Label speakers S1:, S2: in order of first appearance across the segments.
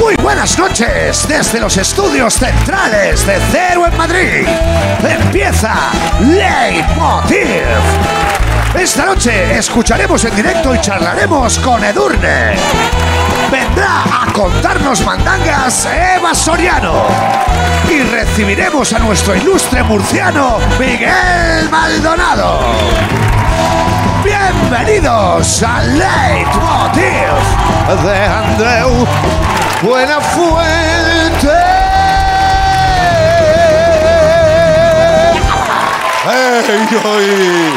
S1: Muy buenas noches desde los estudios centrales de Cero en Madrid. Empieza Leitmotiv. Esta noche escucharemos en directo y charlaremos con Edurne. Vendrá a contarnos mandangas Eva Soriano. Y recibiremos a nuestro ilustre murciano Miguel Maldonado. Bienvenidos a Leitmotiv de Andreu Buena Fuente.
S2: ¡Ey, oy!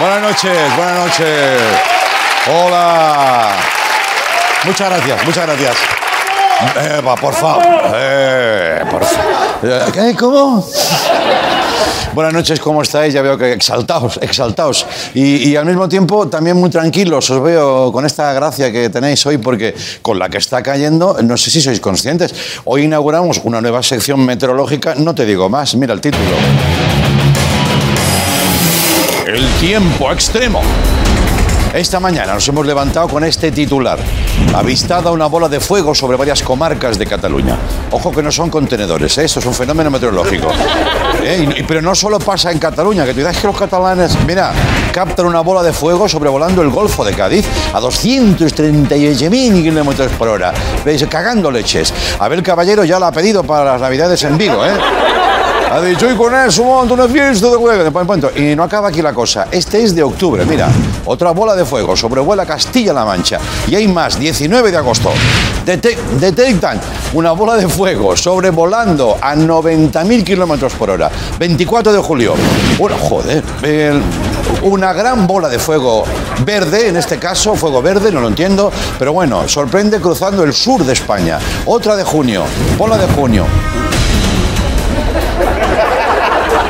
S2: Buenas noches, buenas noches. Hola. Muchas gracias, muchas gracias. Eva, por favor. Eh, por fa- ¿Qué? ¿Cómo? Buenas noches, ¿cómo estáis? Ya veo que exaltaos, exaltaos. Y, y al mismo tiempo también muy tranquilos. Os veo con esta gracia que tenéis hoy porque con la que está cayendo, no sé si sois conscientes. Hoy inauguramos una nueva sección meteorológica, no te digo más, mira el título. El tiempo extremo. Esta mañana nos hemos levantado con este titular. Avistada una bola de fuego sobre varias comarcas de Cataluña. Ojo que no son contenedores, ¿eh? esto es un fenómeno meteorológico. ¿Eh? Y- y- pero no solo pasa en Cataluña, que tú dices que los catalanes, mira, captan una bola de fuego sobrevolando el Golfo de Cádiz a 238.000 kilómetros por hora. ¿Veis? Cagando leches. Abel Caballero ya la ha pedido para las navidades en Vigo, ¿eh? Ha dicho, y con eso monto una fiesta de juego. Pon, pon, pon. Y no acaba aquí la cosa. Este es de octubre, mira. Otra bola de fuego sobrevuela Castilla-La Mancha. Y hay más, 19 de agosto. Dete- detectan una bola de fuego sobrevolando a 90.000 kilómetros por hora. 24 de julio. Bueno, joder. el- una gran bola de fuego verde, en este caso, fuego verde, no lo entiendo. Pero bueno, sorprende cruzando el sur de España. Otra de junio. Bola de junio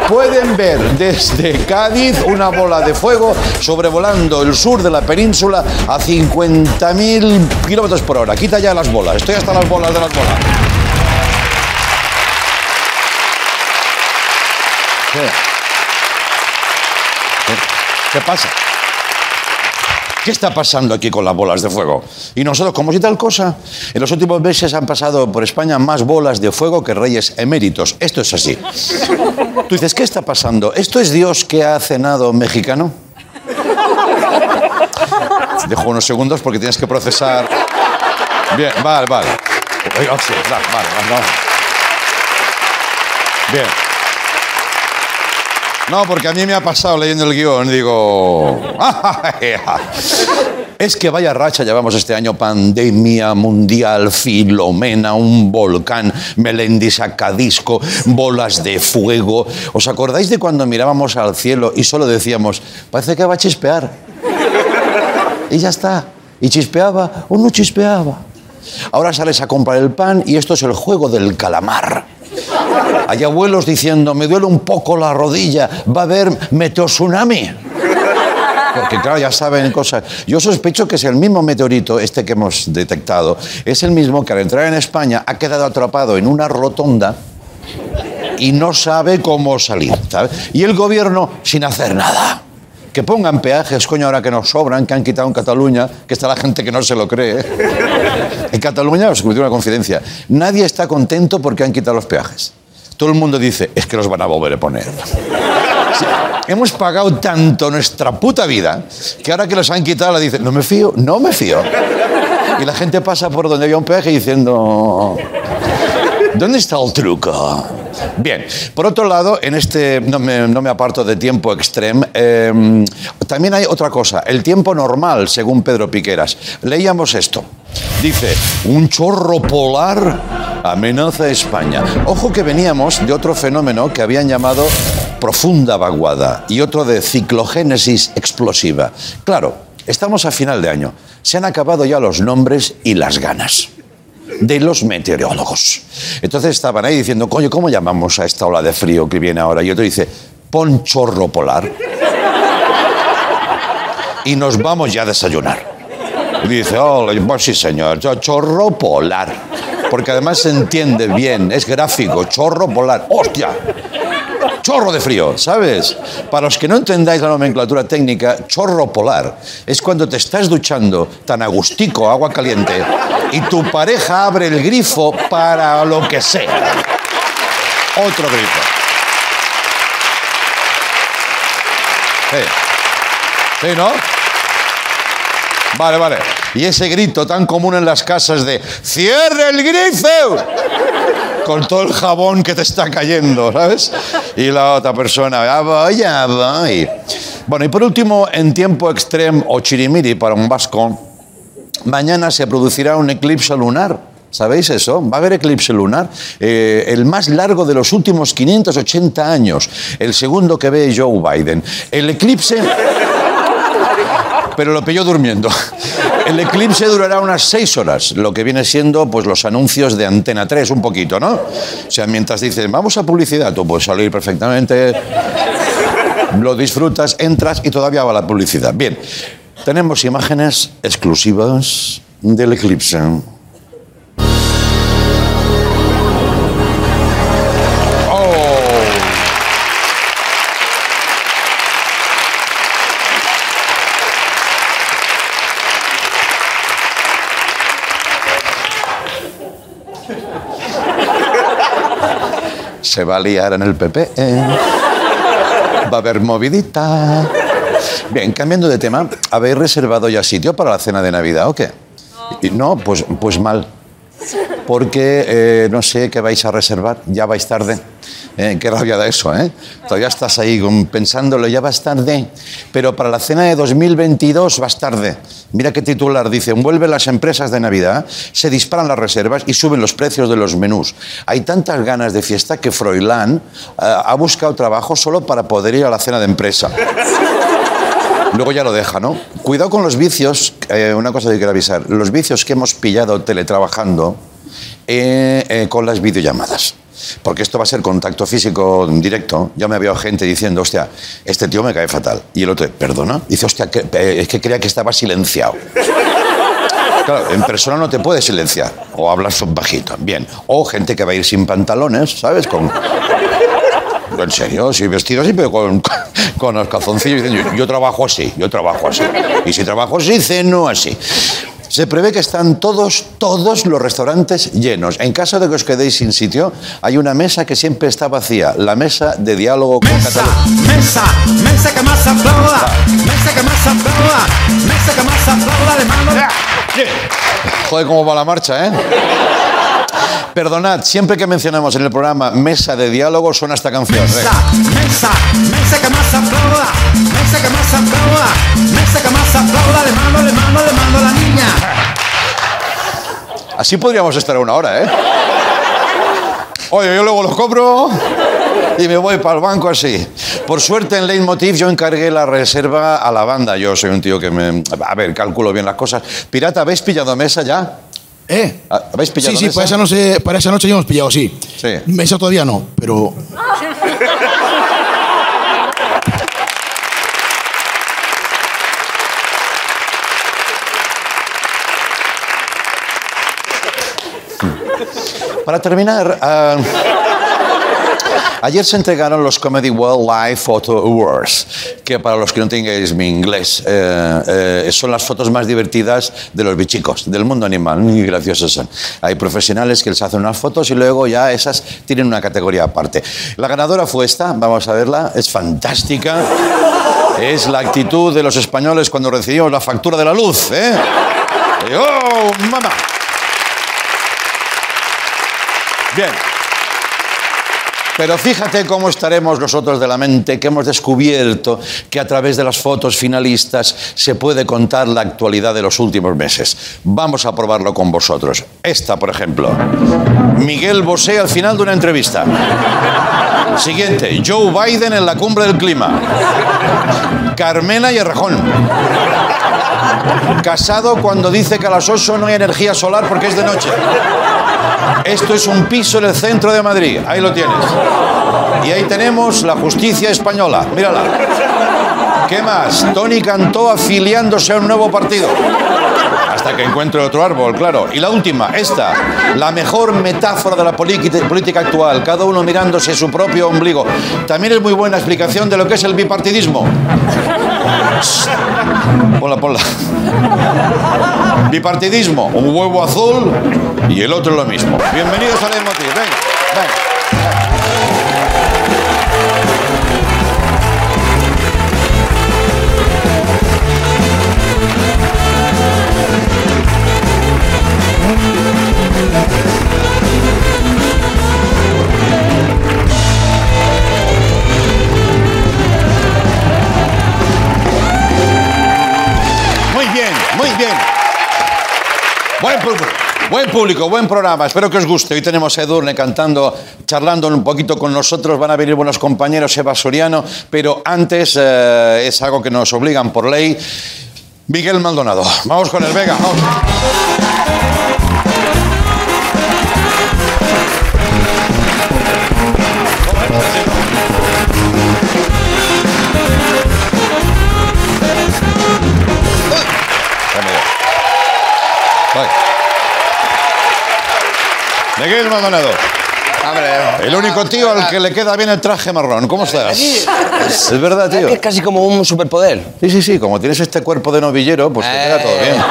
S2: pueden ver desde Cádiz una bola de fuego sobrevolando el sur de la península a 50.000 kilómetros por hora. Quita ya las bolas, estoy hasta las bolas de las bolas. ¿Qué, ¿Qué- qué pasa? ¿Qué está pasando aquí con las bolas de fuego? Y nosotros, como si tal cosa, en los últimos meses han pasado por España más bolas de fuego que reyes eméritos. Esto es así. Tú dices, ¿qué está pasando? ¿Esto es Dios que ha cenado mexicano? Dejo unos segundos porque tienes que procesar. Bien, vale, vale. Oiga, sí, vale, vale, vale, vale. Bien. No, porque a mí me ha pasado leyendo el guión, digo... Es que vaya racha llevamos este año, pandemia mundial, Filomena, un volcán, Melendis a Cadisco, bolas de fuego. ¿Os acordáis de cuando mirábamos al cielo y solo decíamos, parece que va a chispear? Y ya está. Y chispeaba o no chispeaba. Ahora sales a comprar el pan y esto es el juego del calamar. Hay abuelos diciendo, me duele un poco la rodilla, va a haber meteotsunami. Porque claro, ya saben cosas. Yo sospecho que es el mismo meteorito, este que hemos detectado, es el mismo que al entrar en España ha quedado atrapado en una rotonda y no sabe cómo salir. ¿sabes? Y el gobierno sin hacer nada. Que pongan peajes, coño, ahora que nos sobran, que han quitado en Cataluña, que está la gente que no se lo cree. En Cataluña, os cuento una confidencia, nadie está contento porque han quitado los peajes. Todo el mundo dice, es que los van a volver a poner. Sí, Hemos pagado tanto nuestra puta vida que ahora que los han quitado la dicen, no me fío, no me fío. Y la gente pasa por donde había un peaje diciendo, ¿Dónde está el truco? Bien, por otro lado, en este, no me, no me aparto de tiempo extremo, también hay otra cosa, el tiempo normal, según Pedro Piqueras. Leíamos esto. Dice, un chorro polar amenaza a España. Ojo que veníamos de otro fenómeno que habían llamado profunda vaguada y otro de ciclogénesis explosiva. Claro, estamos a final de año. Se han acabado ya los nombres y las ganas de los meteorólogos. Entonces estaban ahí diciendo, coño, ¿cómo llamamos a esta ola de frío que viene ahora? Y otro dice, pon chorro polar. Y nos vamos ya a desayunar. Y dice, oh, pues sí señor, cho- chorro polar. Porque además se entiende bien, es gráfico, chorro polar. ¡Hostia! chorro de frío, ¿sabes? Para los que no entendáis la nomenclatura técnica, chorro polar es cuando te estás duchando tan agustico, agua caliente, y tu pareja abre el grifo para lo que sea. Otro grifo. Sí. ¿Sí, no? Vale, vale. Y ese grito tan común en las casas de ¡Cierre el grifo! Con todo el jabón que te está cayendo, ¿sabes? Y la otra persona, ya voy, ya voy. Bueno, y por último, en tiempo extremo o chirimiri para un vasco, mañana se producirá un eclipse lunar. ¿Sabéis eso? Va a haber eclipse lunar, eh, el más largo de los últimos 580 años, el segundo que ve Joe Biden. El eclipse... Pero lo pilló durmiendo. El eclipse durará unas seis horas, lo que viene siendo pues, los anuncios de Antena 3, un poquito, ¿no? O sea, mientras dicen, vamos a publicidad, tú puedes salir perfectamente, lo disfrutas, entras y todavía va la publicidad. Bien, tenemos imágenes exclusivas del eclipse. Oh. se va a liar en el PP. Va a haber movidita. Bien, cambiando de tema, ¿habéis reservado ya sitio para la cena de Navidad o qué? Y no, pues, pues mal. Porque eh, no sé qué vais a reservar, ya vais tarde. Eh, qué rabia da eso, ¿eh? Todavía estás ahí con- pensándolo, ya vas tarde. Pero para la cena de 2022 vas tarde. Mira qué titular dice, vuelven las empresas de Navidad, se disparan las reservas y suben los precios de los menús. Hay tantas ganas de fiesta que Froilán eh, ha buscado trabajo solo para poder ir a la cena de empresa. Luego ya lo deja, ¿no? Cuidado con los vicios, eh, una cosa que quiero avisar, los vicios que hemos pillado teletrabajando eh, eh, con las videollamadas. Porque esto va a ser contacto físico directo. Ya me había gente diciendo, hostia, este tío me cae fatal. Y el otro, perdona. Dice, hostia, que- eh, es que creía que estaba silenciado. Claro, en persona no te puedes silenciar. O hablas bajito. Bien. O gente que va a ir sin pantalones, ¿sabes? Con, en serio, sí, vestido así, pero con, con los calzoncillos. Dicen, Yo, yo trabajo así, yo trabajo así. Y si trabajo así, ceno así. Se prevé que están todos, todos los restaurantes llenos. En caso de que os quedéis sin sitio, hay una mesa que siempre está vacía, la mesa de diálogo con
S3: Mesa,
S2: Cataluña.
S3: mesa, mesa que más aplauda, mesa que más aplauda, mesa que más aplauda de mano.
S2: Joder, cómo va la marcha, ¿eh? Perdonad, siempre que mencionamos en el programa mesa de diálogo suena esta canción.
S3: Mesa,
S2: Venga.
S3: mesa, mesa que más aplauda, mesa que más aplauda, mesa que más aplauda de mano, de mano, de mano la niña.
S2: Así podríamos estar una hora, ¿eh? Oye, yo luego los cobro y me voy para el banco así. Por suerte en Leitmotiv yo encargué la reserva a la banda. Yo soy un tío que me... A ver, calculo bien las cosas. Pirata, ¿habéis pillado mesa ya?
S4: ¿Eh?
S2: Ah, ¿Habéis pillado
S4: Sí, sí,
S2: mesa?
S4: para esa, noche, para esa noche ya hemos pillado, sí.
S2: Sí.
S4: Mesa todavía no, pero.
S2: Para terminar, ah, ayer se entregaron los Comedy Wildlife Photo Awards, que para los que no tengáis mi inglés, eh, eh, son las fotos más divertidas de los bichicos, del mundo animal. Muy graciosos son. Hay profesionales que les hacen unas fotos y luego ya esas tienen una categoría aparte. La ganadora fue esta, vamos a verla, es fantástica. Es la actitud de los españoles cuando recibimos la factura de la luz, ¿eh? Y, ¡Oh, mamá! Bien. Pero fíjate cómo estaremos nosotros de la mente, que hemos descubierto que a través de las fotos finalistas se puede contar la actualidad de los últimos meses. Vamos a probarlo con vosotros. Esta, por ejemplo. Miguel Bosé al final de una entrevista. Siguiente, Joe Biden en la cumbre del clima. Carmena y Errejón. Casado cuando dice que a las 8 no hay energía solar porque es de noche. Esto es un piso en el centro de Madrid. Ahí lo tienes. Y ahí tenemos la justicia española. Mírala. ¿Qué más? Tony cantó afiliándose a un nuevo partido. Hasta que encuentre otro árbol, claro. Y la última, esta. La mejor metáfora de la poliqui- política actual. Cada uno mirándose su propio ombligo. También es muy buena explicación de lo que es el bipartidismo. Ponla, ponla. Bipartidismo. Un huevo azul y el otro lo mismo. Bienvenidos a Leitmotiv. Venga, venga. Muy bien, muy bien. Buen público, buen público, buen programa. Espero que os guste. Hoy tenemos a Edurne cantando, charlando un poquito con nosotros. Van a venir buenos compañeros, Eva Soriano. Pero antes eh, es algo que nos obligan por ley. Miguel Maldonado. Vamos con el Vega. Vamos. Miguel. Voy. Miguel Maldonado. El único tío al que le queda bien el traje marrón. ¿Cómo estás? Es verdad, Ah, tío.
S5: Es casi como un superpoder.
S2: Sí, sí, sí. Como tienes este cuerpo de novillero, pues te
S5: Eh.
S2: queda todo bien.
S5: bien.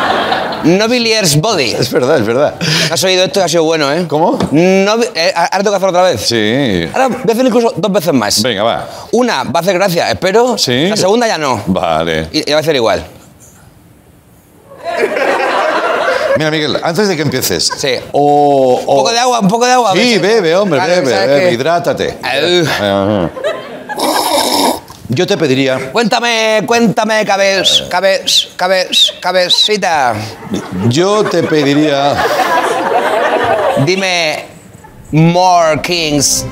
S5: Eh, Nobiliers Body.
S2: Es verdad, es verdad.
S5: Has oído esto y ha sido bueno, ¿eh?
S2: ¿Cómo?
S5: No, eh, ahora tengo que hacerlo otra vez.
S2: Sí.
S5: Ahora voy a hacerlo incluso dos veces más.
S2: Venga, va.
S5: Una va a hacer gracia, espero.
S2: Sí.
S5: La segunda ya no.
S2: Vale.
S5: Y, y va a hacer igual.
S2: Mira, Miguel, antes de que empieces.
S5: Sí.
S2: O,
S5: Un poco de agua, un poco de agua.
S2: Sí, bebe, hombre,
S5: Claro,
S2: bebe,
S5: ¿sabes
S2: bebe,
S5: qué?
S2: hidrátate.
S5: Au.
S2: Yo te pediría,
S5: Cuéntame, cuéntame, cabez, cabez, cabez, cabecita.
S2: yo te pediría,
S5: Dime, more kings,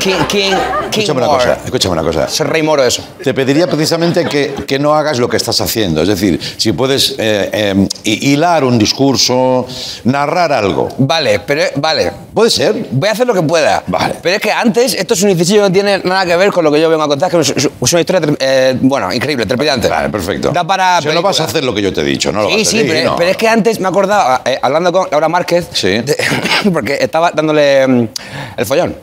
S5: king, king, king
S2: escúchame una
S5: more.
S2: cosa, escúchame una cosa.
S5: Es rey moro eso.
S2: Te pediría precisamente que, que no hagas lo que estás haciendo. Es decir, si puedes eh, eh, hi- hilar un discurso, narrar algo.
S5: Vale, pero vale.
S2: Puede ser.
S5: Voy a hacer lo que pueda.
S2: Vale.
S5: Pero es que antes, esto es un inciso que no tiene nada que ver con lo que yo vengo a contar, que es, es una historia, tre- eh, bueno, increíble, trepidante.
S2: Vale, perfecto.
S5: Da para.
S2: O sea, no
S5: película.
S2: vas a hacer lo que yo te he dicho, ¿no? Lo
S5: Sí,
S2: vas a
S5: sí,
S2: hacer,
S5: pero,
S2: no.
S5: pero es que antes me he acordado, eh, hablando con Laura Márquez,
S2: Sí.
S5: de- porque estaba dándole mm, el follón.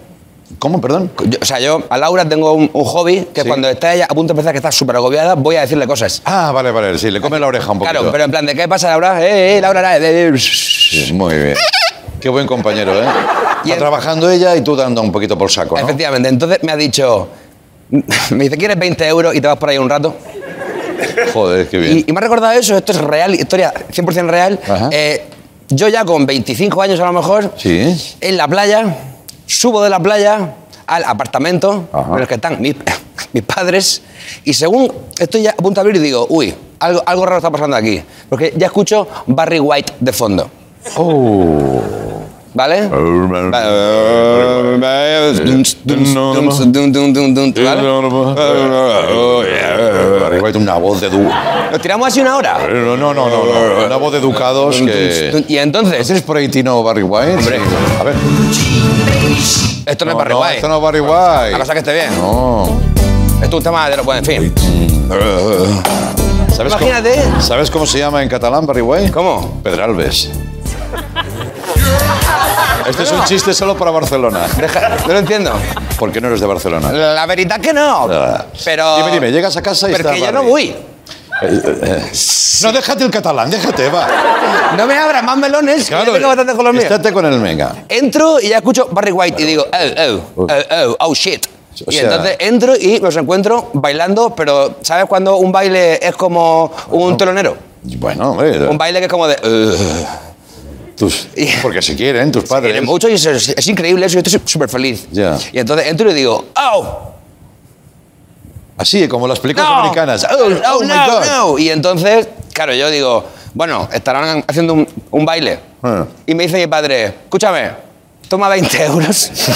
S2: ¿Cómo, perdón?
S5: Yo- o sea, yo a Laura tengo un, un hobby que
S2: Sí.
S5: cuando está ella a punto de empezar que está súper agobiada, voy a decirle cosas.
S2: Ah, vale, vale, sí, le come la oreja un poquito.
S5: Claro, pero en plan, ¿de qué pasa, Laura? Eh, eh, Laura, Laura, eh, eh,
S2: Sí, Muy bien. Qué buen compañero, ¿eh?
S5: Y
S2: Está
S5: el-
S2: trabajando ella y tú dando un poquito por saco, ¿no?
S5: Efectivamente, entonces me ha dicho, me dice, ¿quieres 20 euros y te vas por ahí un rato?
S2: Joder, qué bien.
S5: Y, y me ha recordado eso, esto es real, historia 100% real.
S2: Ajá.
S5: Eh, yo ya con 25 años a lo mejor,
S2: Sí. ¿eh?
S5: en la playa, subo de la playa al apartamento
S2: Ajá.
S5: en el que están mis, mis padres y según estoy ya a punto de abrir digo, uy, algo, algo raro está pasando aquí, porque ya escucho Barry White de fondo,
S2: Oh.
S5: ¿vale? ¿Vale?
S2: Arriba hay una voz de du...
S5: Nos tiramos así una hora.
S2: No, no, no, no. Una voz de educados que...
S5: Y entonces,
S2: ¿Tienes por ahí Tino Barry White?
S5: Hombre.
S2: A ver.
S5: esto no, es Barry
S2: no,
S5: White. este-
S2: esto no es Barry
S5: La cosa
S2: White.
S5: que esté bien.
S2: No.
S5: Esto es un tema de lo bueno, en fin.
S2: ¿Sabes cómo-
S5: Imagínate.
S2: ¿Sabes cómo se llama en catalán Barry White?
S5: ¿Cómo?
S2: Pedralbes. Este es un chiste solo para Barcelona.
S5: Deja- no lo entiendo.
S2: Porque no eres de Barcelona.
S5: La verdad que no.
S2: Ah.
S5: Pero.
S2: Dime, dime, llegas a casa y
S5: Porque
S2: está
S5: yo no
S2: Barry.
S5: voy.
S2: No, déjate el catalán, déjate, va. eh,
S5: No me abras más melones. que yo tengo bastante con los míos.
S2: estate con el menga.
S5: Entro y ya escucho Barry White y digo, oh, oh, oh, oh, oh, shit.
S2: O
S5: y
S2: sea-
S5: entonces entro y los encuentro bailando, pero ¿sabes cuando un baile es como un telonero?
S2: Bueno, hombre, eh,
S5: Un baile que es como de. "Oh, "Ugh".
S2: tus, porque se quieren, tus padres.
S5: Quieren mucho y es, es- es increíble eso. Yo estoy súper feliz.
S2: Ya.
S5: Y entonces entro y digo, ¡Oh!
S2: Así, como las películas
S5: ¡No!
S2: americanas.
S5: ¡Oh, oh, no, no! Y entonces, claro, yo digo, bueno, estarán haciendo un, un baile.
S2: Ah.
S5: Y me dice mi padre, escúchame, toma 20 euros y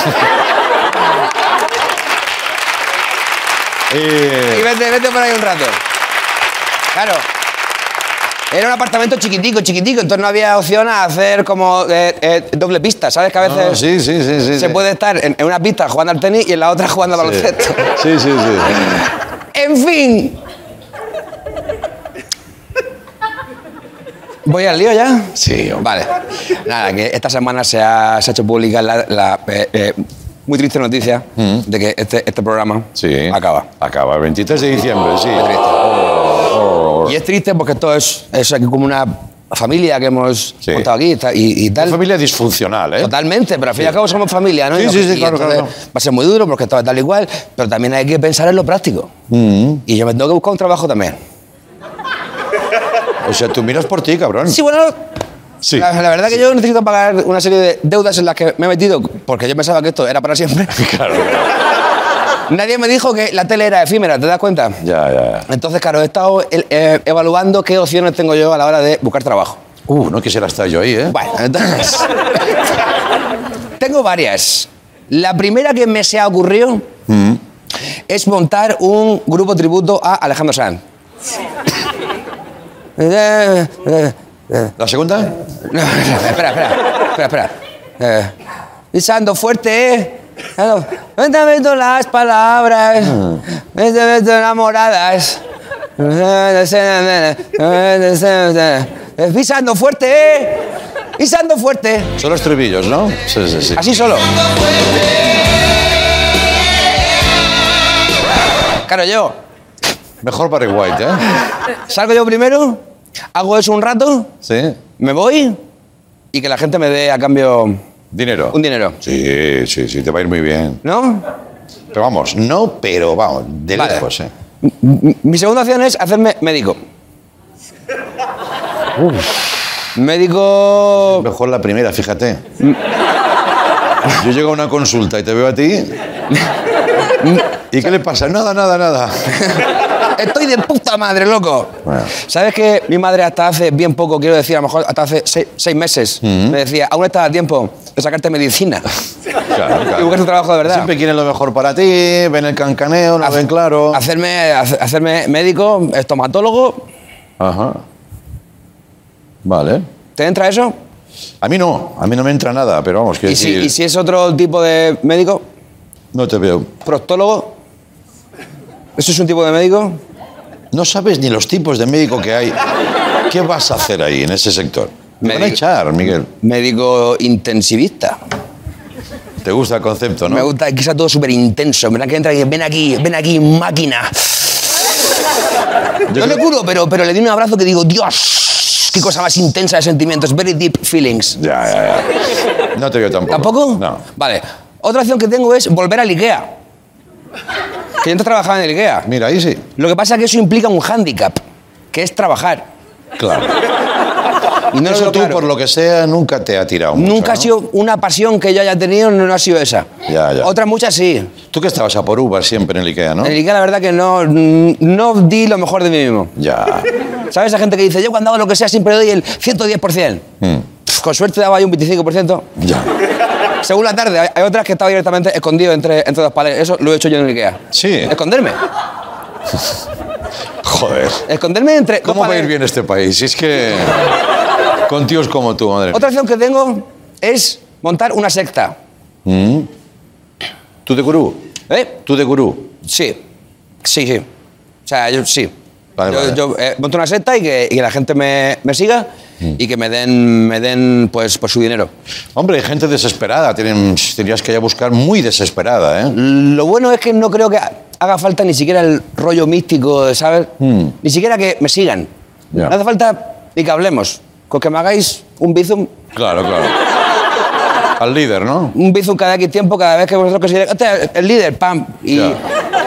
S2: Eh,
S5: vete, vete por ahí un rato. Claro. Era un apartamento chiquitico, chiquitico, entonces no había opción a hacer como eh, eh, doble pista, ¿sabes? Que a veces
S2: no, Ah, sí, sí, sí, sí. sí.
S5: se puede estar en, en una pista jugando al tenis y en la otra jugando al
S2: Sí.
S5: baloncesto.
S2: Sí, sí, sí.
S5: En fin, ¿Voy al lío ya?
S2: Sí, hombre.
S5: Vale. Nada, que esta semana se ha, se ha hecho pública la, la, eh, eh, muy triste noticia de que este, este programa
S2: Mm. Sí.
S5: acaba.
S2: Acaba el 23 de diciembre, sí. Oh,
S5: Y es triste porque esto es, es aquí como una familia que hemos
S2: Sí.
S5: montado aquí y, ta- y- y
S2: Una
S5: tal.
S2: familia disfuncional, ¿eh?
S5: Totalmente, pero al fin y
S2: Sí.
S5: al cabo somos familia, ¿no?
S2: Sí,
S5: Y-
S2: sí, sí,
S5: y
S2: claro, claro,
S5: entonces Va a ser muy duro porque todo tal y igual, pero también hay que pensar en lo práctico.
S2: Mm.
S5: Y yo me tengo que buscar un trabajo también.
S2: O sea, tú miras por ti, cabrón.
S5: Sí, bueno,
S2: Sí.
S5: La, la verdad que yo necesito pagar una serie de deudas en las que me he metido porque yo pensaba que esto era para siempre.
S2: Claro, claro.
S5: Nadie me dijo que la tele era efímera, ¿te das cuenta?
S2: Ya, ya, ya.
S5: Entonces, claro, he estado el- eh, evaluando qué opciones tengo yo a la hora de buscar trabajo.
S2: Uh, no quisiera estar yo ahí, ¿eh?
S5: Bueno, entonces. tengo varias. La primera que me se ha ocurrido
S2: Mm.
S5: es montar un grupo tributo a Alejandro Sanz. Eh, eh,
S2: ¿La segunda?
S5: No, espera, espera, espera, espera, espera. Eh, pisando fuerte, ¿eh? Ando- Vete viendo las palabras, eh. vete viendo enamoradas. Eh, Pisando fuerte, ¿eh? Pisando fuerte.
S2: Son los trebillos, ¿no? Sí, sí, sí.
S5: Así solo. Claro, yo
S2: Mejor Barry White, ¿eh?
S5: salgo yo primero, hago eso un rato,
S2: Sí.
S5: me voy y que la gente me dé a cambio
S2: Dinero.
S5: un dinero.
S2: Sí, sí, sí, te va a ir muy bien.
S5: ¿No?
S2: Pero vamos, no, pero vamos, de
S5: Vale.
S2: lejos, ¿eh?
S5: Mi- Mi segunda opción es hacerme médico. Médico.
S2: Mejor la primera, fíjate. Yo llego a una consulta y te veo a ti. ¿Y qué le pasa? Nada, nada, nada.
S5: Estoy de puta madre, loco.
S2: Bueno.
S5: ¿Sabes que mi madre hasta hace bien poco, quiero decir, a lo mejor hasta hace seis, seis meses, me decía, aún estás a tiempo de sacarte medicina
S2: Claro,
S5: y buscar tu trabajo de verdad?
S2: Siempre quieren lo mejor para ti, ven el cancaneo, lo
S5: Haz-
S2: ven claro.
S5: Hacerme, hace- hacerme médico, estomatólogo,
S2: Ajá. Vale.
S5: ¿te entra eso?
S2: A mí no, a mí no me entra nada, pero vamos, que
S5: ¿Y si, y si es otro tipo de médico?
S2: no te veo.
S5: ¿Proctólogo? ¿Eso es un tipo de médico?
S2: No sabes ni los tipos de médico que hay. ¿Qué vas a hacer ahí en ese sector? Me van a
S5: Médico.
S2: echar, Miguel.
S5: Médico intensivista.
S2: Te gusta el concepto, ¿no?
S5: Me gusta que sea todo súper intenso. En verdad que entra y ven aquí, ven aquí, máquina.
S2: Yo
S5: no
S2: creo-
S5: le curo, pero, pero le di un abrazo que digo, Dios, qué cosa más intensa de sentimientos. Very deep feelings.
S2: Ya, ya, ya. No te veo tampoco.
S5: ¿Tampoco?
S2: No.
S5: Vale. Otra opción que tengo es volver al IKEA. Que yo antes trabajaba en el IKEA.
S2: Mira, ahí sí.
S5: Lo que pasa es que eso implica un hándicap, que es trabajar.
S2: Claro.
S5: Y no lo
S2: Ah, Eso
S5: veo
S2: tú,
S5: claro.
S2: por lo que sea, nunca te ha tirado mucho,
S5: Nunca ha
S2: ¿no?
S5: sido una pasión que yo haya tenido, no, no ha sido esa.
S2: Ya, ya.
S5: Otras muchas sí.
S2: Tú que estabas a por uvas siempre en el Ikea, ¿no?
S5: En el Ikea, la verdad que no, no di lo mejor de mí mismo.
S2: Ya.
S5: ¿Sabes? Esa gente que dice, yo cuando hago lo que sea siempre doy el 110%.
S2: Mm.
S5: Pf, Con suerte daba yo un 25%.
S2: Ya.
S5: Según la tarde, hay, hay otras que estaba directamente escondido entre, entre dos palés. Eso lo he hecho yo en el Ikea.
S2: Sí.
S5: Esconderme.
S2: Joder.
S5: Esconderme entre dos
S2: ¿Cómo va a
S5: palés.
S2: ir bien este país? Si es que. Con tíos como tú, madre. mía.
S5: Otra opción que tengo es montar una secta.
S2: ¿Tú de gurú?
S5: ¿Eh?
S2: ¿Tú de gurú?
S5: Sí. Sí, sí. O sea, yo sí.
S2: Vale,
S5: yo
S2: vale.
S5: yo, eh, monto una secta y que, y que la gente me, me siga
S2: Mm.
S5: y que me den, me den pues, pues su dinero.
S2: Hombre, hay gente desesperada. Tienen, tendrías que ir a buscar muy desesperada, ¿eh?
S5: Lo bueno es que no creo que haga falta ni siquiera el rollo místico, ¿sabes? Ni siquiera que me sigan.
S2: Hmm. Ya.
S5: No hace falta ni que hablemos. Con que me hagáis un bizum,
S2: Claro, claro. Al líder, ¿no?
S5: un bizum cada X tiempo, cada vez que vosotros consideráis. "Hostia, el líder, pam. Y
S2: Ya.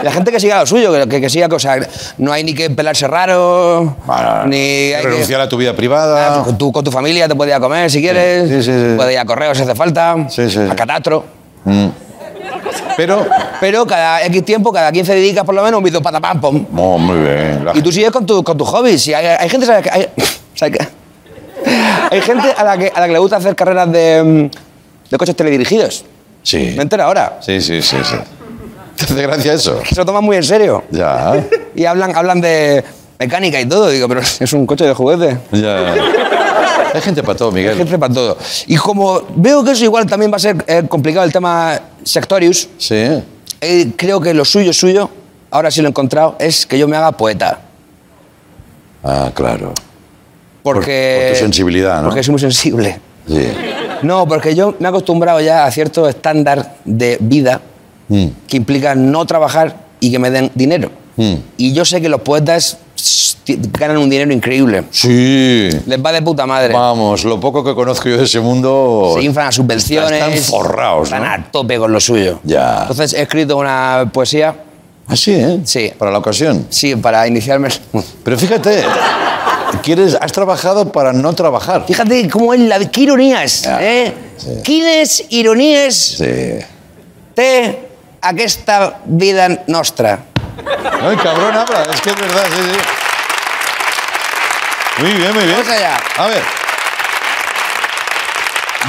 S5: la gente que siga lo suyo, que, que, que siga cosas. No hay ni que pelarse raro,
S2: Para
S5: ni hay que- Ah,
S2: renunciar a tu vida privada.
S5: Con tu, con tu familia te puedes ir a comer si quieres.
S2: sí, sí, sí.
S5: Puedes ir a correos si hace falta.
S2: Sí, sí,
S5: A
S2: sí.
S5: catastro.
S2: Pero.
S5: Pero cada X tiempo, cada 15 dedicas por lo menos un bizum para pam, pom.
S2: Oh, muy bien. La
S5: Y tú sigues con tu, con tu hobby. Si hay, hay gente, ¿sabes? que Hay, ¿sabes qué? hay gente a la, que, a la que le gusta hacer carreras de, mm, de coches teledirigidos.
S2: Sí.
S5: Me entero ahora.
S2: Sí, sí, sí, sí. ¿Te hace gracia eso?
S5: Se lo toman muy en serio.
S2: Ya.
S5: Y hablan, hablan de mecánica y todo. Digo, pero es un coche de juguete.
S2: Ya. Hay gente para todo,
S5: Hay
S2: Miguel.
S5: gente para todo. Y como veo que eso igual también va a ser eh, complicado el tema Sectorius,
S2: Sí.
S5: eh, creo que lo suyo, suyo, ahora sí lo he encontrado, es que yo me haga poeta.
S2: Ah, claro.
S5: Porque,
S2: Por- por tu sensibilidad, ¿no?
S5: Porque soy muy sensible.
S2: Sí.
S5: No, porque yo me he acostumbrado ya a cierto estándar de vida
S2: Mm.
S5: que implica no trabajar y que me den dinero.
S2: Mm.
S5: Y yo sé que los poetas s- ti- ganan un dinero increíble.
S2: Sí.
S5: Les va de puta madre.
S2: Vamos, lo poco que conozco yo de ese mundo.
S5: Se inflan las subvenciones.
S2: Están forrados,
S5: Están
S2: ¿no?
S5: a tope con lo suyo.
S2: Ya.
S5: Entonces he escrito una poesía,
S2: Ah, sí, ¿eh?
S5: Sí.
S2: Para la ocasión.
S5: sí, para iniciarme.
S2: Pero fíjate, quieres, has trabajado para no trabajar.
S5: Fíjate cómo es la. ¡Qué ironías!
S2: Ya,
S5: ¿eh?
S2: sí.
S5: Quines ironies
S2: Sí.
S5: té aquesta vida nostra.
S2: Ay, cabrón, habla. Es que es verdad, sí, sí. Muy bien, muy bien.
S5: Vamos allá.
S2: A ver,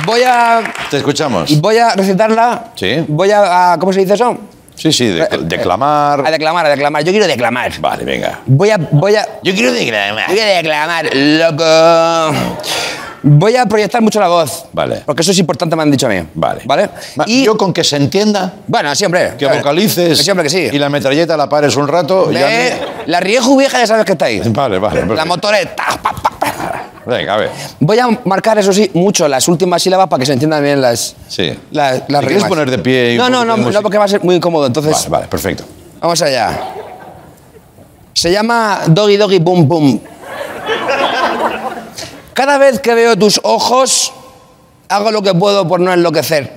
S5: Voy a,
S2: te escuchamos.
S5: voy a recitarla.
S2: Sí.
S5: Voy a, a- ¿Cómo se dice eso?
S2: Sí, sí, de-
S5: Eh, A
S2: declamar.
S5: declamar, a declamar. Yo quiero declamar.
S2: Vale, venga.
S5: Voy a, voy a,
S2: Yo quiero declamar.
S5: voy a declamar, loco. Voy a proyectar mucho la voz.
S2: Vale.
S5: Porque eso es importante, me han dicho a mí.
S2: Vale.
S5: Vale.
S2: Ma-
S5: Y,
S2: Yo con que se entienda,
S5: bueno, siempre.
S2: que vocalices
S5: Siempre que sí.
S2: y la metralleta la pares un rato, ya
S5: Ve, La Riejo vieja ya sabes que está ahí.
S2: me- Vale, vale.
S5: La
S2: perfecto.
S5: motoreta. pa, pa, pa.
S2: Venga, a ver.
S5: Voy a marcar, eso sí, mucho las últimas sílabas para que se entiendan bien las,
S2: Sí.
S5: la- las
S2: ¿Te quieres
S5: rimas.
S2: poner de pie y
S5: No,
S2: un
S5: no,
S2: poquito
S5: no,
S2: de música?
S5: no, porque va a ser muy incómodo. Entonces,
S2: Vale, vale, perfecto.
S5: vamos allá. Se llama Doggy Doggy Boom Boom. Cada vez que veo tus ojos, hago lo que puedo por no enloquecer.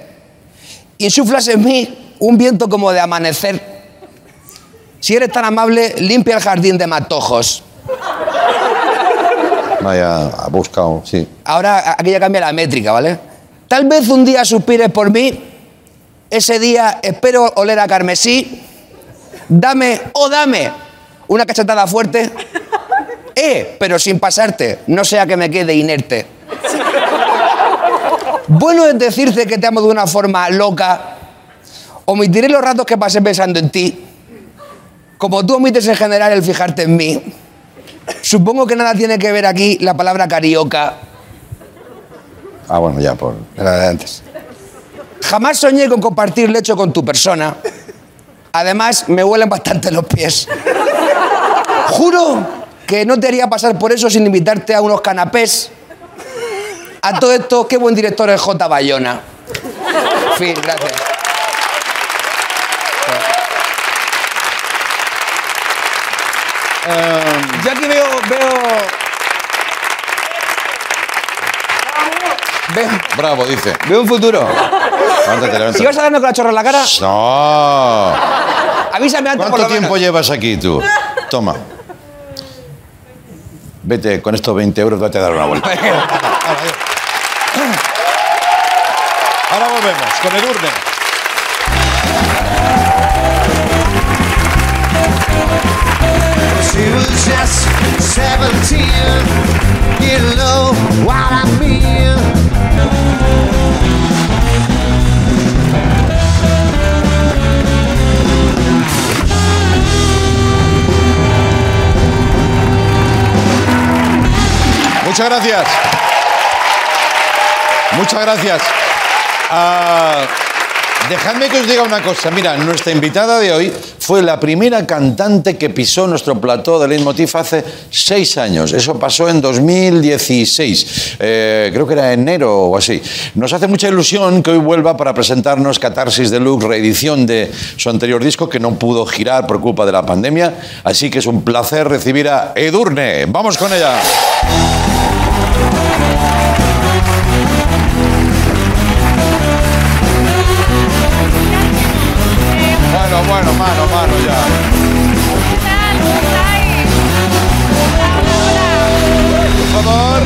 S5: Insuflas en mí un viento como de amanecer. Si eres tan amable, limpia el jardín de matojos.
S2: Vaya, ha buscado, sí.
S5: Ahora aquí ya cambia la métrica, ¿vale? Tal vez un día suspires por mí. Ese día espero oler a carmesí. Dame, oh dame, una cachetada fuerte. Eh, pero sin pasarte, no sea que me quede inerte. Bueno es decirte que te amo de una forma loca. Omitiré los ratos que pasé pensando en ti. Como tú omites en general el fijarte en mí. Supongo que nada tiene que ver aquí la palabra carioca.
S2: Ah, bueno, ya, por.
S5: La de antes. Jamás soñé con compartir lecho con tu persona. Además, me huelen bastante los pies. Juro que no te haría pasar por eso sin invitarte a unos canapés. A todo esto, qué buen director es J. Bayona. Fin, gracias. Yo aquí veo, veo, veo,
S2: Bravo, dice.
S5: veo un futuro.
S2: Levántate, levántate.
S5: Si vas hablando con la chorra en la cara,
S2: No.
S5: avísame antes por
S2: ¿Cuánto
S5: lo
S2: tiempo
S5: menos.
S2: llevas aquí tú? Toma. Vete, con estos 20 euros vete a dar una vuelta. Ahora volvemos con el urne.
S3: She was just 17. You know what I mean.
S2: Muchas gracias. Muchas gracias. Ah, dejadme que os diga una cosa. Mira, nuestra invitada de hoy fue la primera cantante que pisó nuestro plató de Leitmotiv hace seis años. Eso pasó en 2016. Eh, creo que era enero o así. Nos hace mucha ilusión que hoy vuelva para presentarnos Catarsis Deluxe, reedición de su anterior disco que no pudo girar por culpa de la pandemia. Así que es un placer recibir a Edurne. Vamos con ella. Bueno, bueno, mano, mano ya. Por favor.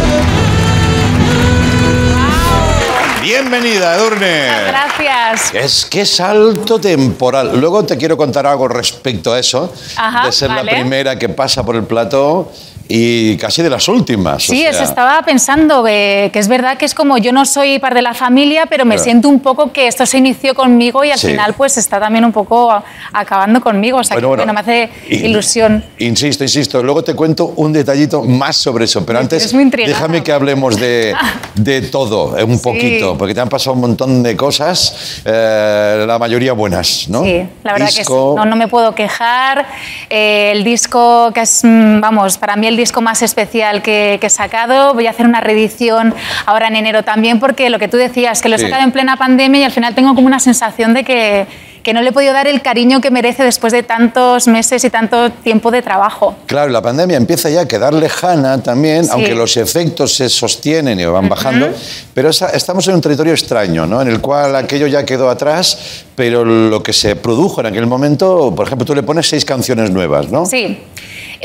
S2: Bienvenida, Edurne.
S6: Gracias.
S2: Es que salto temporal. Luego te quiero contar algo respecto a eso,
S6: Ajá,
S2: de ser la
S6: vale.
S2: primera que pasa por el plató y casi de las últimas. o
S6: Sí,
S2: sea.
S6: eso estaba pensando eh, que, que es verdad que es como yo no soy par de la familia, pero me
S2: Claro.
S6: siento un poco que esto se inició conmigo y al
S2: Sí.
S6: final pues está también un poco a- acabando conmigo, o sea
S2: Bueno,
S6: que bueno,
S2: bueno.
S6: me hace
S2: In-
S6: ilusión.
S2: Insisto, insisto. Luego te cuento un detallito más sobre eso. Pero
S6: Me
S2: antes,
S6: tienes muy intrigada.
S2: déjame que hablemos de, de todo, eh, un
S6: Sí.
S2: poquito. Porque te han pasado un montón de cosas, eh, la mayoría buenas, ¿no?
S6: Sí, la verdad que
S2: Disco,
S6: sí. No, no me puedo quejar. Eh, el disco que es, mm, vamos, para mí el
S7: disco más especial que, que he sacado. Voy a hacer una reedición ahora en enero también, porque lo que tú decías, que lo he
S2: Sí.
S7: sacado en plena pandemia y al final tengo como una sensación de que, que no le he podido dar el cariño que merece después de tantos meses y tanto tiempo de trabajo.
S2: Claro, la pandemia empieza ya a quedar lejana también,
S7: Sí.
S2: aunque los efectos se sostienen y van bajando, pero esa- estamos en un territorio extraño, ¿no? En el cual aquello ya quedó atrás, pero lo que se produjo en aquel momento, por ejemplo, tú le pones seis canciones nuevas, ¿no?
S7: Sí.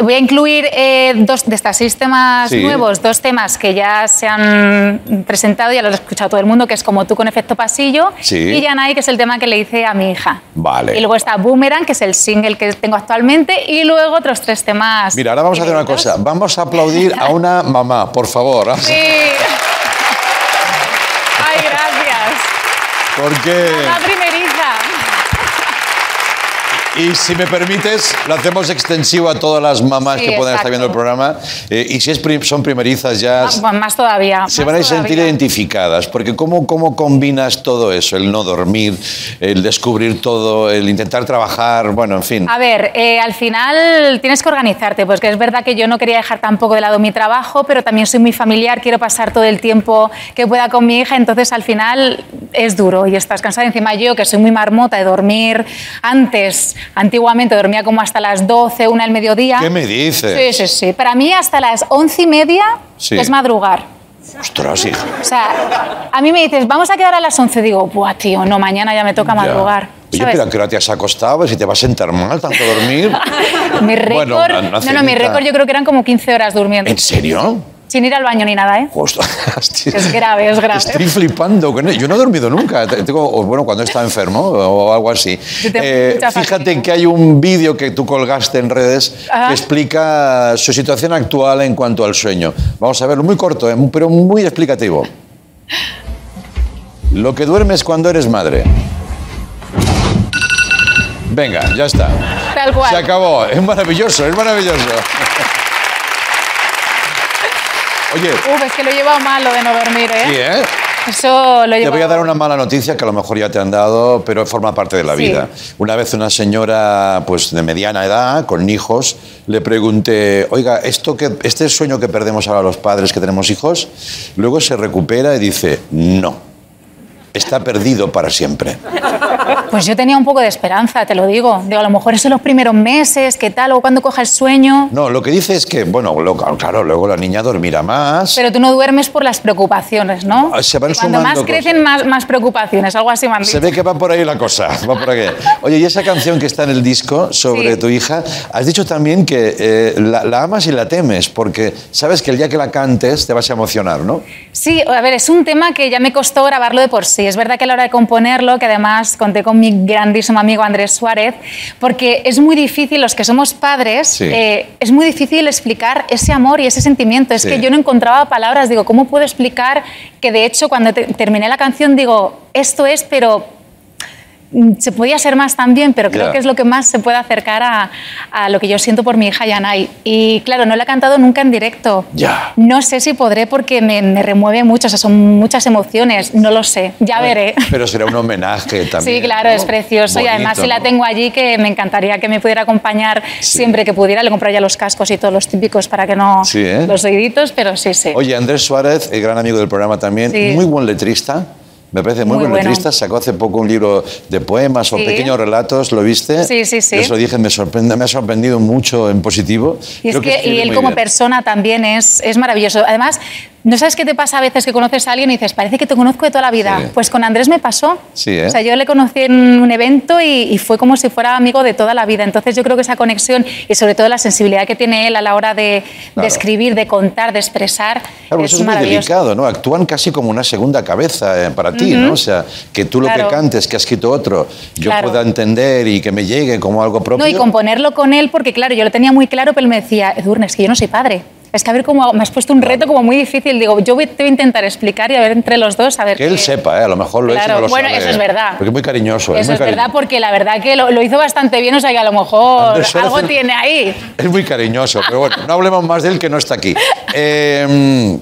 S7: Voy a incluir eh, dos de estos seis temas
S2: Sí.
S7: nuevos, dos temas que ya se han presentado, ya los ha escuchado todo el mundo, que es Como tú con efecto pasillo
S2: Sí.
S7: y Yanai, que es el tema que le hice a mi hija.
S2: Vale.
S7: Y luego está Boomerang, que es el single que tengo actualmente, y luego otros tres temas.
S2: Mira, ahora vamos a hacer una
S7: inéditos.
S2: cosa. Vamos a aplaudir a una mamá, por favor.
S7: Sí. Ay, gracias.
S2: Porque,
S7: La primeriza.
S2: y si me permites, lo hacemos extensivo a todas las mamás
S7: Sí,
S2: que puedan estar
S7: exacto.
S2: viendo el programa. Eh, y si es prim- son primerizas ya,
S7: Ah, Más todavía.
S2: Se
S7: más
S2: van a sentir
S7: todavía.
S2: identificadas, porque ¿cómo, ¿cómo combinas todo eso? El no dormir, el descubrir todo, el intentar trabajar, bueno, en fin.
S7: A ver, eh, al final tienes que organizarte, porque es verdad que yo no quería dejar tampoco de lado mi trabajo, pero también soy muy familiar, quiero pasar todo el tiempo que pueda con mi hija, entonces al final es duro y estás cansada. Encima yo, que soy muy marmota de dormir antes, antiguamente dormía como hasta las 12, una del mediodía.
S2: ¿Qué me dices?
S7: Sí, sí, sí. Para mí hasta las once y media
S2: Sí.
S7: es madrugar.
S2: Ostras, hija.
S7: O sea, a mí me dices, vamos a quedar a las 11. Digo, buah, tío, no, mañana ya me toca
S2: Ya. Pues
S7: madrugar.
S2: Oye,
S7: ¿sabes?
S2: pero ¿a qué hora te has acostado? Si te vas a sentar mal, tanto dormir.
S7: Mi récord.
S2: Bueno, una- una
S7: no, no, mi
S2: cenita.
S7: récord yo creo que eran como 15 horas durmiendo.
S2: ¿En serio?
S7: Sin ir al baño ni nada, ¿eh?
S2: Ostras,
S7: Es grave, es grave.
S2: Estoy flipando. con ello. Yo no he dormido nunca. Tengo, o bueno, cuando estaba enfermo o algo así. Eh,
S7: tengo mucha
S2: fíjate
S7: fatiga.
S2: que hay un vídeo que tú colgaste en redes
S7: Ajá.
S2: que explica su situación actual en cuanto al sueño. Vamos a verlo, muy corto, eh, pero muy explicativo. Lo que duermes cuando eres madre. Venga, ya está.
S7: Tal cual.
S2: Se acabó. Es maravilloso, es maravilloso. Oye,
S7: Uf, es que lo he llevado mal lo de no dormir, ¿eh?
S2: sí, ¿eh?
S7: Eso lo
S2: Te
S7: llevo.
S2: voy a dar una mala noticia que a lo mejor ya te han dado, pero forma parte de la
S7: Sí.
S2: vida. Una vez una señora pues, de mediana edad, con hijos, le pregunté, oiga, esto que, este sueño que perdemos ahora los padres que tenemos hijos, luego se recupera y dice, no, está perdido para siempre.
S7: Pues yo tenía un poco de esperanza, te lo digo. Digo, a lo mejor eso en los primeros meses, ¿qué tal? O cuando coja el sueño.
S2: No, lo que dice es que, bueno, lo- claro, luego la niña dormirá más.
S7: Pero tú no duermes por las preocupaciones, ¿no?
S2: Ah, se van
S7: Y Cuando
S2: sumando
S7: más
S2: cosas.
S7: crecen, más, más preocupaciones. Algo así me han
S2: Se
S7: dicho.
S2: ve que va por ahí la cosa, va por aquí. Oye, y esa canción que está en el disco sobre
S7: Sí.
S2: tu hija, has dicho también que eh, la, la amas y la temes, porque sabes que el día que la cantes te vas a emocionar, ¿no?
S7: Sí, a ver, es un tema que ya me costó grabarlo de por sí. Es verdad que a la hora de componerlo, que además conté con mi grandísimo amigo Andrés Suárez, porque es muy difícil, los que somos padres,
S2: Sí.
S7: eh, es muy difícil explicar ese amor y ese sentimiento. Es
S2: Sí.
S7: que yo no encontraba palabras, digo, ¿cómo puedo explicar que de hecho cuando te- terminé la canción digo, esto es, pero mm, se podía hacer más también, pero creo
S2: Ya.
S7: que es lo que más se puede acercar a, a lo que yo siento por mi hija Yanai. Y claro, no la he cantado nunca en directo.
S2: Ya.
S7: No sé si podré porque me, me remueve mucho, o sea, son muchas emociones, no lo sé, ya veré.
S2: Pero será un homenaje también.
S7: Sí, claro,
S2: ¿no?
S7: es precioso y además
S2: Bonito,
S7: si la
S2: ¿no?
S7: tengo allí que me encantaría que me pudiera acompañar siempre que pudiera. Le compré ya los cascos y todos los típicos para que no
S2: Sí, ¿eh?
S7: los oíditos, pero sí, sí.
S2: Oye, Andrés Suárez, el gran amigo del programa también,
S7: Sí.
S2: muy buen letrista. Me parece muy,
S7: Muy
S2: buen
S7: bueno.
S2: letrista. Sacó hace poco un libro de poemas o
S7: Sí.
S2: pequeños relatos, ¿lo viste?
S7: Sí, sí, sí.
S2: Yo se lo dije, me, sorprende, me ha sorprendido mucho en positivo.
S7: Y, es
S2: Creo
S7: que, y
S2: escribe
S7: él
S2: muy
S7: como
S2: bien.
S7: persona también es, es maravilloso. Además, ¿no sabes qué te pasa a veces que conoces a alguien y dices, parece que te conozco de toda la vida?
S2: Sí.
S7: Pues con Andrés me pasó.
S2: Sí, ¿eh?
S7: O sea, yo le conocí en un evento y, y fue como si fuera amigo de toda la vida. Entonces yo creo que esa conexión y sobre todo la sensibilidad que tiene él a la hora de,
S2: Claro.
S7: de escribir, de contar, de expresar,
S2: Claro,
S7: es
S2: eso es muy
S7: maravilloso.
S2: delicado, ¿no? Actúan casi como una segunda cabeza eh, para ti, ¿no? O sea, que tú lo
S7: Claro.
S2: que cantes, que ha escrito otro, yo
S7: Claro.
S2: pueda entender y que me llegue como algo propio.
S7: No, y componerlo con él, porque claro, yo lo tenía muy claro, pero él me decía, Edurne, es que yo no soy padre. Es que a ver cómo me has puesto un reto como muy difícil. Digo, yo voy, te voy a intentar explicar y a ver entre los dos, a ver.
S2: Que él
S7: qué-
S2: sepa, ¿eh? A lo mejor lo es y no
S7: Claro,
S2: lo
S7: bueno,
S2: sabe.
S7: eso es verdad.
S2: Porque es muy cariñoso. es
S7: Eso
S2: muy
S7: es verdad, pues.
S2: cariñoso.
S7: porque la verdad que lo, lo hizo bastante bien, o sea que a lo mejor
S2: Andrés Suárez
S7: algo
S2: es-
S7: tiene ahí.
S2: Es muy cariñoso, pero bueno, no hablemos más de él que no está aquí. Eh,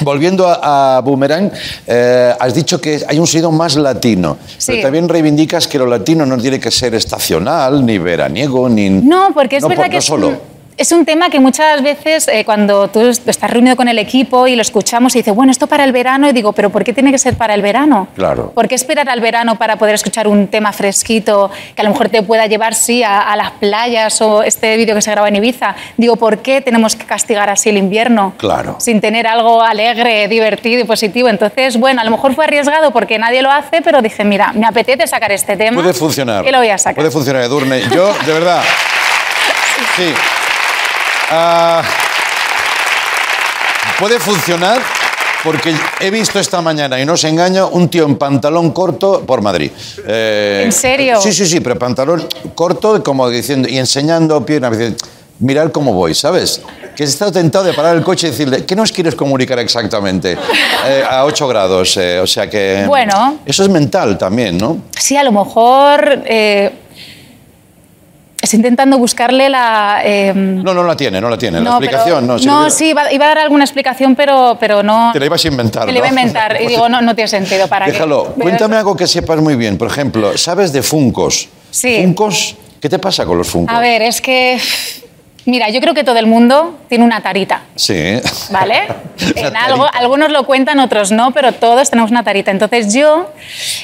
S2: volviendo a, a Boomerang, eh, has dicho que hay un sonido más latino,
S7: Sí.
S2: pero también reivindicas que lo latino no tiene que ser estacional, ni veraniego, ni...
S7: No, porque es
S2: Mm. No,
S7: verdad
S2: por-
S7: que
S2: no
S7: es
S2: solo.
S7: un- Es un tema que muchas veces eh, cuando tú est- estás reunido con el equipo y lo escuchamos y dice, bueno, esto para el verano, y digo, pero ¿por qué tiene que ser para el verano?
S2: Claro.
S7: ¿Por qué esperar al verano para poder escuchar un tema fresquito que a lo mejor te pueda llevar, sí, a, a las playas o este vídeo que se graba en Ibiza? Digo, ¿por qué tenemos que castigar así el invierno?
S2: Claro.
S7: Sin tener algo alegre, divertido y positivo. Entonces, bueno, a lo mejor fue arriesgado porque nadie lo hace, pero dije, mira, me apetece sacar este tema.
S2: Puede funcionar.
S7: Que lo voy a sacar.
S2: Puede funcionar, Edurne. Yo, de verdad. Sí. Ah, puede funcionar porque he visto esta mañana, y no os engaño, un tío en pantalón corto por Madrid. Eh,
S7: ¿En serio?
S2: Sí, sí, sí, pero pantalón corto, como diciendo, y enseñando piernas. diciendo, Mirar cómo voy, ¿sabes? Que he estado tentado de parar el coche y decirle, ¿qué nos quieres comunicar exactamente? Eh, a 8 grados, eh, o sea que...
S7: Bueno.
S2: Eso es mental también, ¿no?
S7: Sí, a lo mejor eh, estoy intentando buscarle la... eh,
S2: No, no la tiene, no la tiene. La
S7: no, pero-
S2: explicación, no. si lo hubiera-
S7: sí, iba, iba a dar alguna explicación, pero, pero no...
S2: Te la ibas a inventar.
S7: me la iba a inventar y digo, no, no tiene sentido para qué?
S2: Déjalo.
S7: Pero-
S2: Cuéntame algo que sepas muy bien. Por ejemplo, ¿sabes de Funcos?
S7: Sí.
S2: ¿Funcos? ¿Qué te pasa con los Funcos?
S7: A ver, es que... Mira, yo creo que todo el mundo tiene una tarita.
S2: Sí. ¿eh?
S7: ¿vale?
S2: Una
S7: En algo,
S2: tarita.
S7: algunos lo cuentan, otros no, pero todos tenemos una tarita. Entonces yo,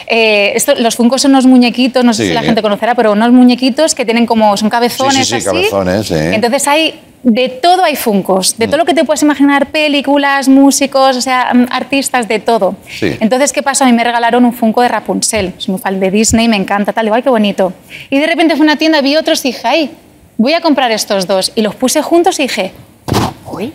S7: eh, esto- los funcos son unos muñequitos, no sé
S2: Sí.
S7: si la gente conocerá, pero unos muñequitos que tienen como, son cabezones
S2: Sí, sí, sí,
S7: así.
S2: cabezones, sí.
S7: Entonces hay, de todo hay funcos, de todo lo que te puedas imaginar, películas, músicos, o sea, mm, artistas, de todo.
S2: Sí.
S7: Entonces, ¿qué pasó? A mí me regalaron un funco de Rapunzel, es muy fan de Disney, me encanta, tal, digo, ay, qué bonito. Y de repente fue a una tienda, vi otros y dije, ay, voy a comprar estos dos. Y los puse juntos y dije, uy,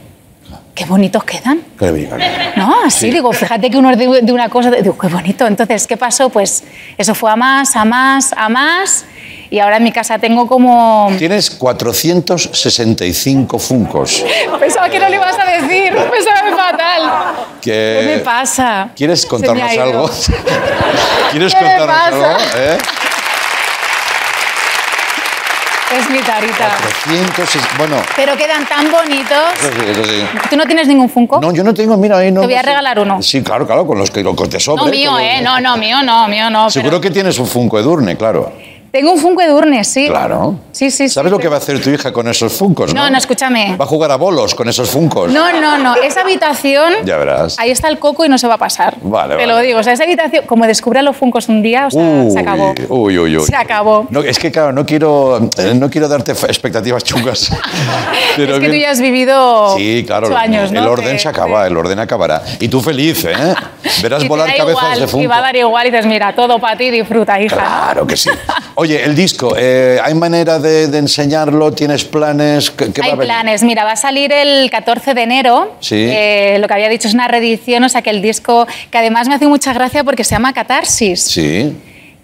S7: qué bonitos quedan.
S2: Qué bien.
S7: No, así digo, fíjate que uno es de, de una cosa, digo, qué bonito. Entonces, ¿qué pasó? Pues eso fue a más, a más, a más. Y ahora en mi casa tengo como...
S2: Tienes 465 Funcos.
S7: Pensaba que no le ibas a decir, pensaba fatal.
S2: Que-
S7: ¿Qué me pasa?
S2: ¿Quieres
S7: Se me ha
S2: contarnos
S7: ido.
S2: algo? ¿Quieres
S7: ¿Qué me
S2: contarnos
S7: pasa?
S2: algo? ¿Eh?
S7: Es mi tarita.
S2: 400. Bueno, pues,
S7: Pero quedan tan bonitos.
S2: eso sí, eso sí.
S7: ¿Tú no tienes ningún Funko?
S2: eh, No, yo no tengo, mira, ahí no.
S7: Te voy a
S2: no sé.
S7: regalar uno.
S2: Sí, claro, claro, con los que lo que te sobre,
S7: No, mío,
S2: con los-
S7: ¿eh? No, no, mío, no, mío, no.
S2: Seguro
S7: pero-
S2: que tienes un Funko Edurne, claro.
S7: Tengo un Funko de Urne, sí.
S2: Claro.
S7: Sí, sí. sí,
S2: ¿Sabes lo
S7: sí.
S2: que va a hacer tu hija con esos funcos? No,
S7: No, no, escúchame.
S2: Va a jugar a bolos con esos funcos.
S7: No, no, no. Esa habitación.
S2: Ya verás.
S7: Ahí está el coco y no se va a pasar.
S2: Vale, vale.
S7: Te lo digo. O sea, esa habitación, como descubrí a los funcos un día, o sea, se acabó.
S2: Uy, uy, uy.
S7: Se acabó.
S2: No, es que claro, no quiero, eh, no quiero darte fa- expectativas chungas. Pero
S7: es que tú
S2: bien-
S7: ya has vivido
S2: Sí, claro.
S7: ocho años, ¿no?
S2: El orden
S7: De-
S2: se acaba,
S7: de-
S2: el orden acabará. Y tú feliz, ¿eh? Verás
S7: y te
S2: volar
S7: da
S2: cabezas
S7: igual,
S2: de funko.
S7: Y va a dar igual y dices, mira, todo para ti, disfruta, hija.
S2: Claro que sí. Oye, el disco, eh, ¿hay manera de, de enseñarlo? ¿Tienes planes? ¿Qué, qué va
S7: Hay
S2: a venir?
S7: planes. Mira, va a salir el 14 de enero.
S2: Sí.
S7: Eh, lo que había dicho es una reedición, o sea, que el disco, que además me hace mucha gracia porque se llama Catarsis.
S2: Sí.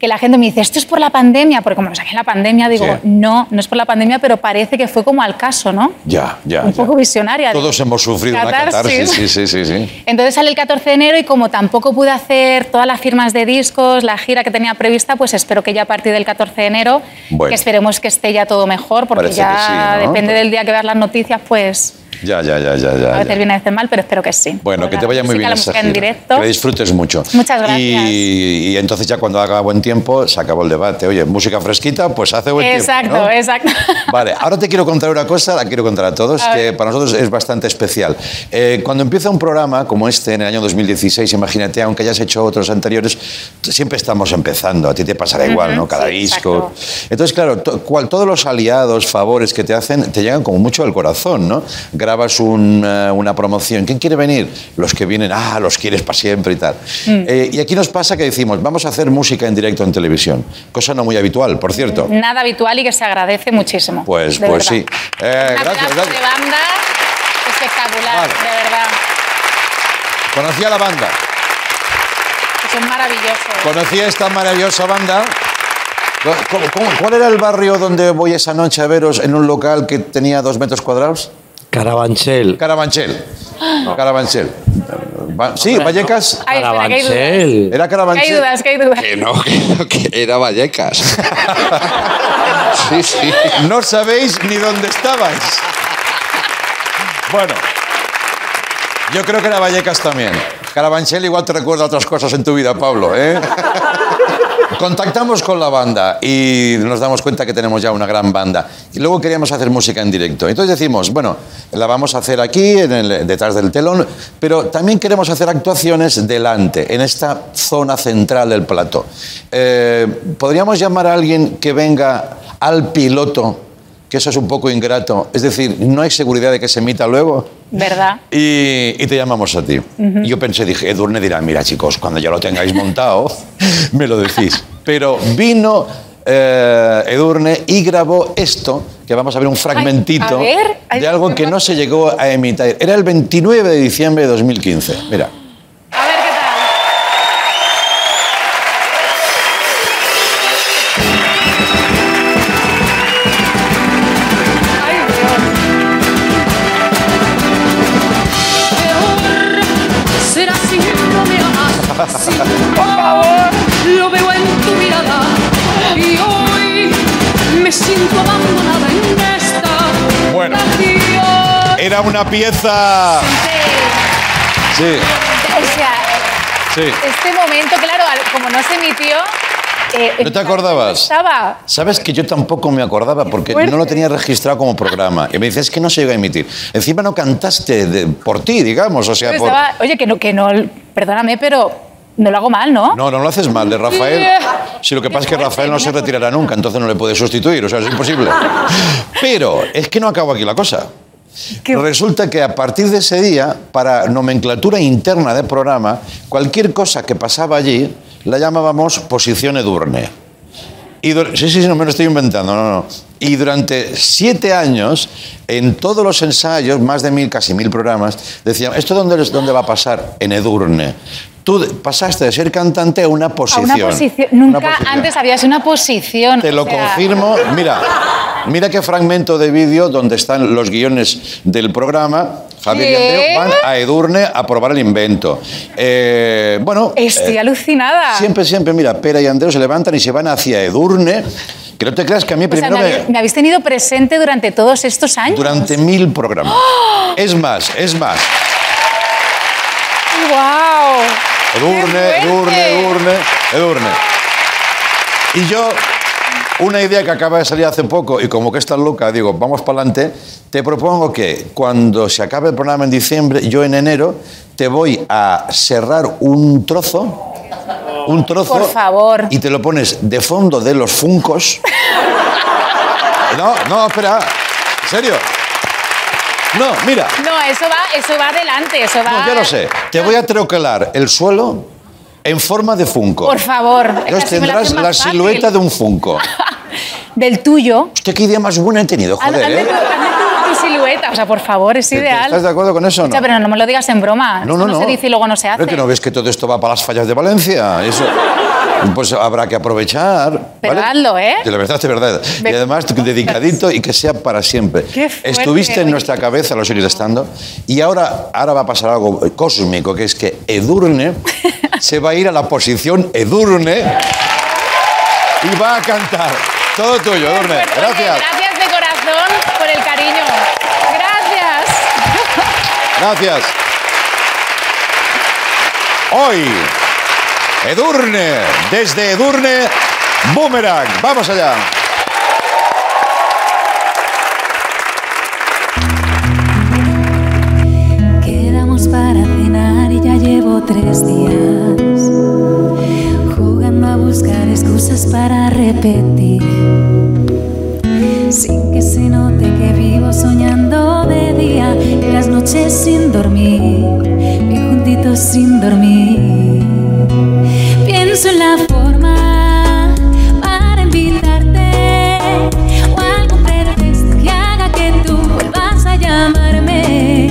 S7: que la gente me dice, esto es por la pandemia, porque como lo saqué en la pandemia, digo,
S2: Sí.
S7: no, no es por la pandemia, pero parece que fue como al caso, ¿no?
S2: Ya, ya.
S7: Un
S2: ya.
S7: poco visionaria.
S2: Todos hemos sufrido una catarsis. Sí, sí, sí, sí.
S7: Entonces sale el 14 de enero y como tampoco pude hacer todas las firmas de discos, la gira que tenía prevista, pues espero que ya a partir del 14 de enero,
S2: Bueno.
S7: que esperemos que esté ya todo mejor, porque
S2: Parece
S7: ya
S2: que sí, ¿no?
S7: depende del día que veas las noticias, pues
S2: Ya, ya, ya, ya, ya.
S7: a veces
S2: ya.
S7: viene a veces mal, pero espero que sí.
S2: Bueno, que
S7: La
S2: te vaya muy
S7: música,
S2: bien
S7: la
S2: esa
S7: música
S2: gira.
S7: en directo.
S2: Que la disfrutes mucho.
S7: Muchas gracias.
S2: Y, y entonces ya cuando haga buen tiempo se acabó el debate. Oye, música fresquita, pues hace buen
S7: Exacto,
S2: tiempo. ¿no?
S7: exacto.
S2: Vale, ahora te quiero contar una cosa, la quiero contar a todos,
S7: A
S2: que
S7: ver.
S2: para nosotros es bastante especial. Eh, cuando empieza un programa como este en el año 2016, imagínate, aunque hayas hecho otros anteriores, t- siempre estamos empezando. A ti te pasará igual, ¿no? Cada
S7: sí,
S2: disco. Entonces, claro, to- cual- todos los aliados, favores que te hacen, te llegan como mucho al corazón, ¿no? Grabas un, eh, una promoción. ¿Quién quiere venir? Los que vienen, ah, los quieres para siempre y tal.
S7: Mm.
S2: Eh, y aquí nos pasa que decimos, vamos a hacer música en directo en televisión. Cosa no muy habitual, por cierto.
S7: Nada habitual y que se agradece muchísimo.
S2: Pues,
S7: de
S2: pues sí.
S7: verdad.
S2: Eh, gracias,
S7: Un aplauso
S2: gracias.
S7: de banda espectacular,
S2: Vale.
S7: de verdad.
S2: Conocí a la banda,
S7: Son maravillosos.
S2: conocí a esta maravillosa banda. ¿Cómo- cómo- cómo- ¿Cuál era el barrio donde voy esa noche a veros en un local que tenía dos metros cuadrados?
S8: Carabanchel.
S2: Carabanchel.
S7: Ah.
S2: Carabanchel. Va- Sí, Vallecas.
S7: Ay, espera, que hay dudas.
S8: Carabanchel.
S2: Era
S7: Que hay
S2: Carabanchel.
S7: dudas, que hay dudas.
S4: Que no, que no, que era Vallecas. sí, sí.
S2: No sabéis ni dónde estabais. Bueno, yo creo que era Vallecas también. Carabanchel igual te recuerda otras cosas en tu vida, Pablo, ¿eh? Contactamos con la banda y nos damos cuenta que tenemos ya una gran banda. Y luego queríamos hacer música en directo. Entonces decimos, bueno, la vamos a hacer aquí, en el- detrás del telón, pero también queremos hacer actuaciones delante, en esta zona central del plató. Eh, ¿Podríamos llamar a alguien que venga al piloto? Que eso es un poco ingrato. Es decir, no hay seguridad de que se emita luego.
S6: ¿Verdad?
S2: Y, y te llamamos a ti. Yo pensé, dije, Edurne dirá, mira chicos, cuando ya lo tengáis montado, me lo decís. Pero vino eh, Edurne y grabó esto, que vamos a ver un fragmentito
S6: a ver, ay,
S2: de algo
S6: qué
S2: que no
S6: mal.
S2: se llegó a emitir. Era el 29 de diciembre de 2015. Mira.
S6: A ver qué tal. Ay, Dios.
S9: peor será si no me amas. Si por favor lo veo en tu mirada y hoy me siento abandonada en esta
S2: Bueno.
S9: vacía.
S2: Era una pieza. Sí,
S6: O sea,
S2: sí.
S6: este momento, claro, al- como no se emitió. eh,
S2: ¿No te acordabas?
S6: Estaba.
S2: Sabes que yo tampoco me acordaba porque
S6: fuerte.
S2: no lo tenía registrado como programa. Y me dices que no se iba a emitir. Encima no cantaste de- por ti, digamos. O sea,
S6: Pero
S2: por-
S6: estaba- Oye, que no, que no, perdóname, pero no lo hago mal, ¿no?
S2: No, no lo haces mal de Rafael. Si lo que pasa es que Rafael no se retirará nunca, entonces no le puede sustituir, o sea, es imposible. Pero es que no acaba aquí la cosa.
S6: ¿Qué?
S2: Resulta que a partir de ese día, para nomenclatura interna del programa, cualquier cosa que pasaba allí la llamábamos posición edurne. Y dur- sí, sí, sí, no me lo estoy inventando, no, no. Y durante siete años, en todos los ensayos, más de mil, casi mil programas, decían, ¿esto dónde, es- dónde va a pasar? En Edurne. Tú de- pasaste de ser cantante a una
S6: A
S2: posición.
S6: una posición.
S2: Una
S6: Nunca
S2: posición.
S6: antes había sido una posición.
S2: Te
S6: o
S2: lo
S6: sea,
S2: confirmo. Mira, mira qué fragmento de vídeo donde están los guiones del programa. Javier y Andreu van a Edurne a probar el invento. Eh, bueno,
S6: Estoy
S2: eh,
S6: alucinada.
S2: Siempre, siempre, mira, Pera y Andreu se levantan y se van hacia Edurne. Que no te creas que a mí
S6: O
S7: Pues
S6: sea,
S2: primero
S6: me, habéis,
S2: me-
S6: me habéis tenido presente durante todos estos años.
S2: Durante mil programas. Es más, es más.
S6: ¡Wow!
S2: Edurne,
S6: ¡Qué fuerte!
S2: Edurne, Edurne, Edurne. Y yo, una idea que acaba de salir hace poco, y como que estás loca, digo, vamos para adelante, te propongo que cuando se acabe el programa en diciembre, yo en enero, te voy a cerrar un trozo. Un trozo.
S6: Por favor.
S2: Y te lo pones de fondo de los funcos. No, no, espera. ¿En serio? No, mira.
S6: No, eso va, eso va adelante, eso va.
S2: No, ya lo sé. Te voy a troquelar el suelo en forma de funko.
S6: Por favor.
S2: Entonces tendrás la silueta de un funko.
S6: Del tuyo.
S2: Hostia, qué idea más buena he tenido,
S6: Haz-
S2: joder,
S6: hazme
S2: ¿eh?
S6: tu, hazme tu- tu silueta, o sea, por favor, es ideal.
S2: ¿Estás de acuerdo con eso o
S6: O sea,
S2: no?
S6: pero no me lo digas en broma. Esto se dice y luego no se hace.
S2: Pero que no ves que todo esto va para las fallas de Valencia. Eso. Pues habrá que aprovechar.
S6: Pero
S2: ¿vale?
S6: hazlo, ¿eh?
S2: De la verdad, de verdad.
S6: Ve-
S2: Y además, dedicadito y que sea para siempre.
S6: Qué fuerte,
S2: Estuviste en
S6: oye.
S2: nuestra cabeza, lo sigues estando. Y ahora, ahora va a pasar algo cósmico, que es que Edurne se va a ir a la posición Edurne y va a cantar. Todo tuyo, Edurne.
S6: Pues, oye,
S2: Gracias.
S6: Gracias de corazón por el cariño. Gracias.
S2: Gracias. Hoy, Edurne, desde Edurne, Boomerang. Vamos allá.
S10: Quedamos para cenar y ya llevo tres días jugando a buscar excusas para repetir. Sin que se note que vivo soñando de día y las noches sin dormir, bien juntitos sin dormir. Pienso en la forma para invitarte o algún pretexto que haga que tú vuelvas a llamarme.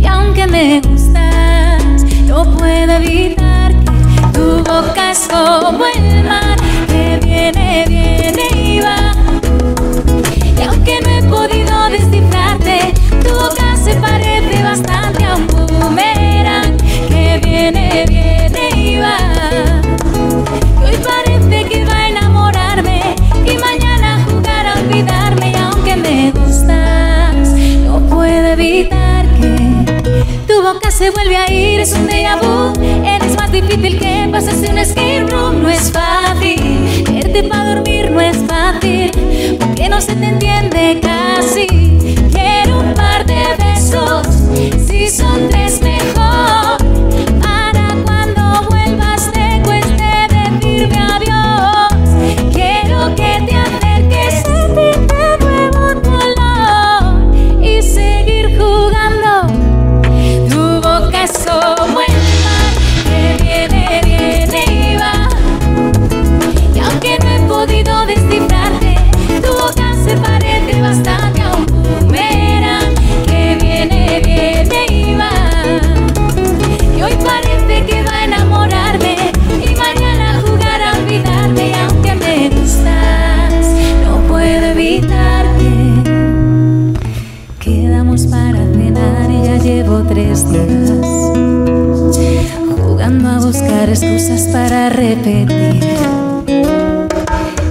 S10: Y aunque me gustas, no puedo evitar que tu boca es como el mar que viene, viene y va. Y aunque no he podido descifrarte, tu frase parece bastante a un boomerang que viene, viene y va. Y hoy parece que va a enamorarme y mañana jugar a olvidarme. Y aunque me gustas, no puedo evitar que tu boca se vuelve a ir. Es un déjà vu, eres más difícil que pases en un escape room. No es repetir.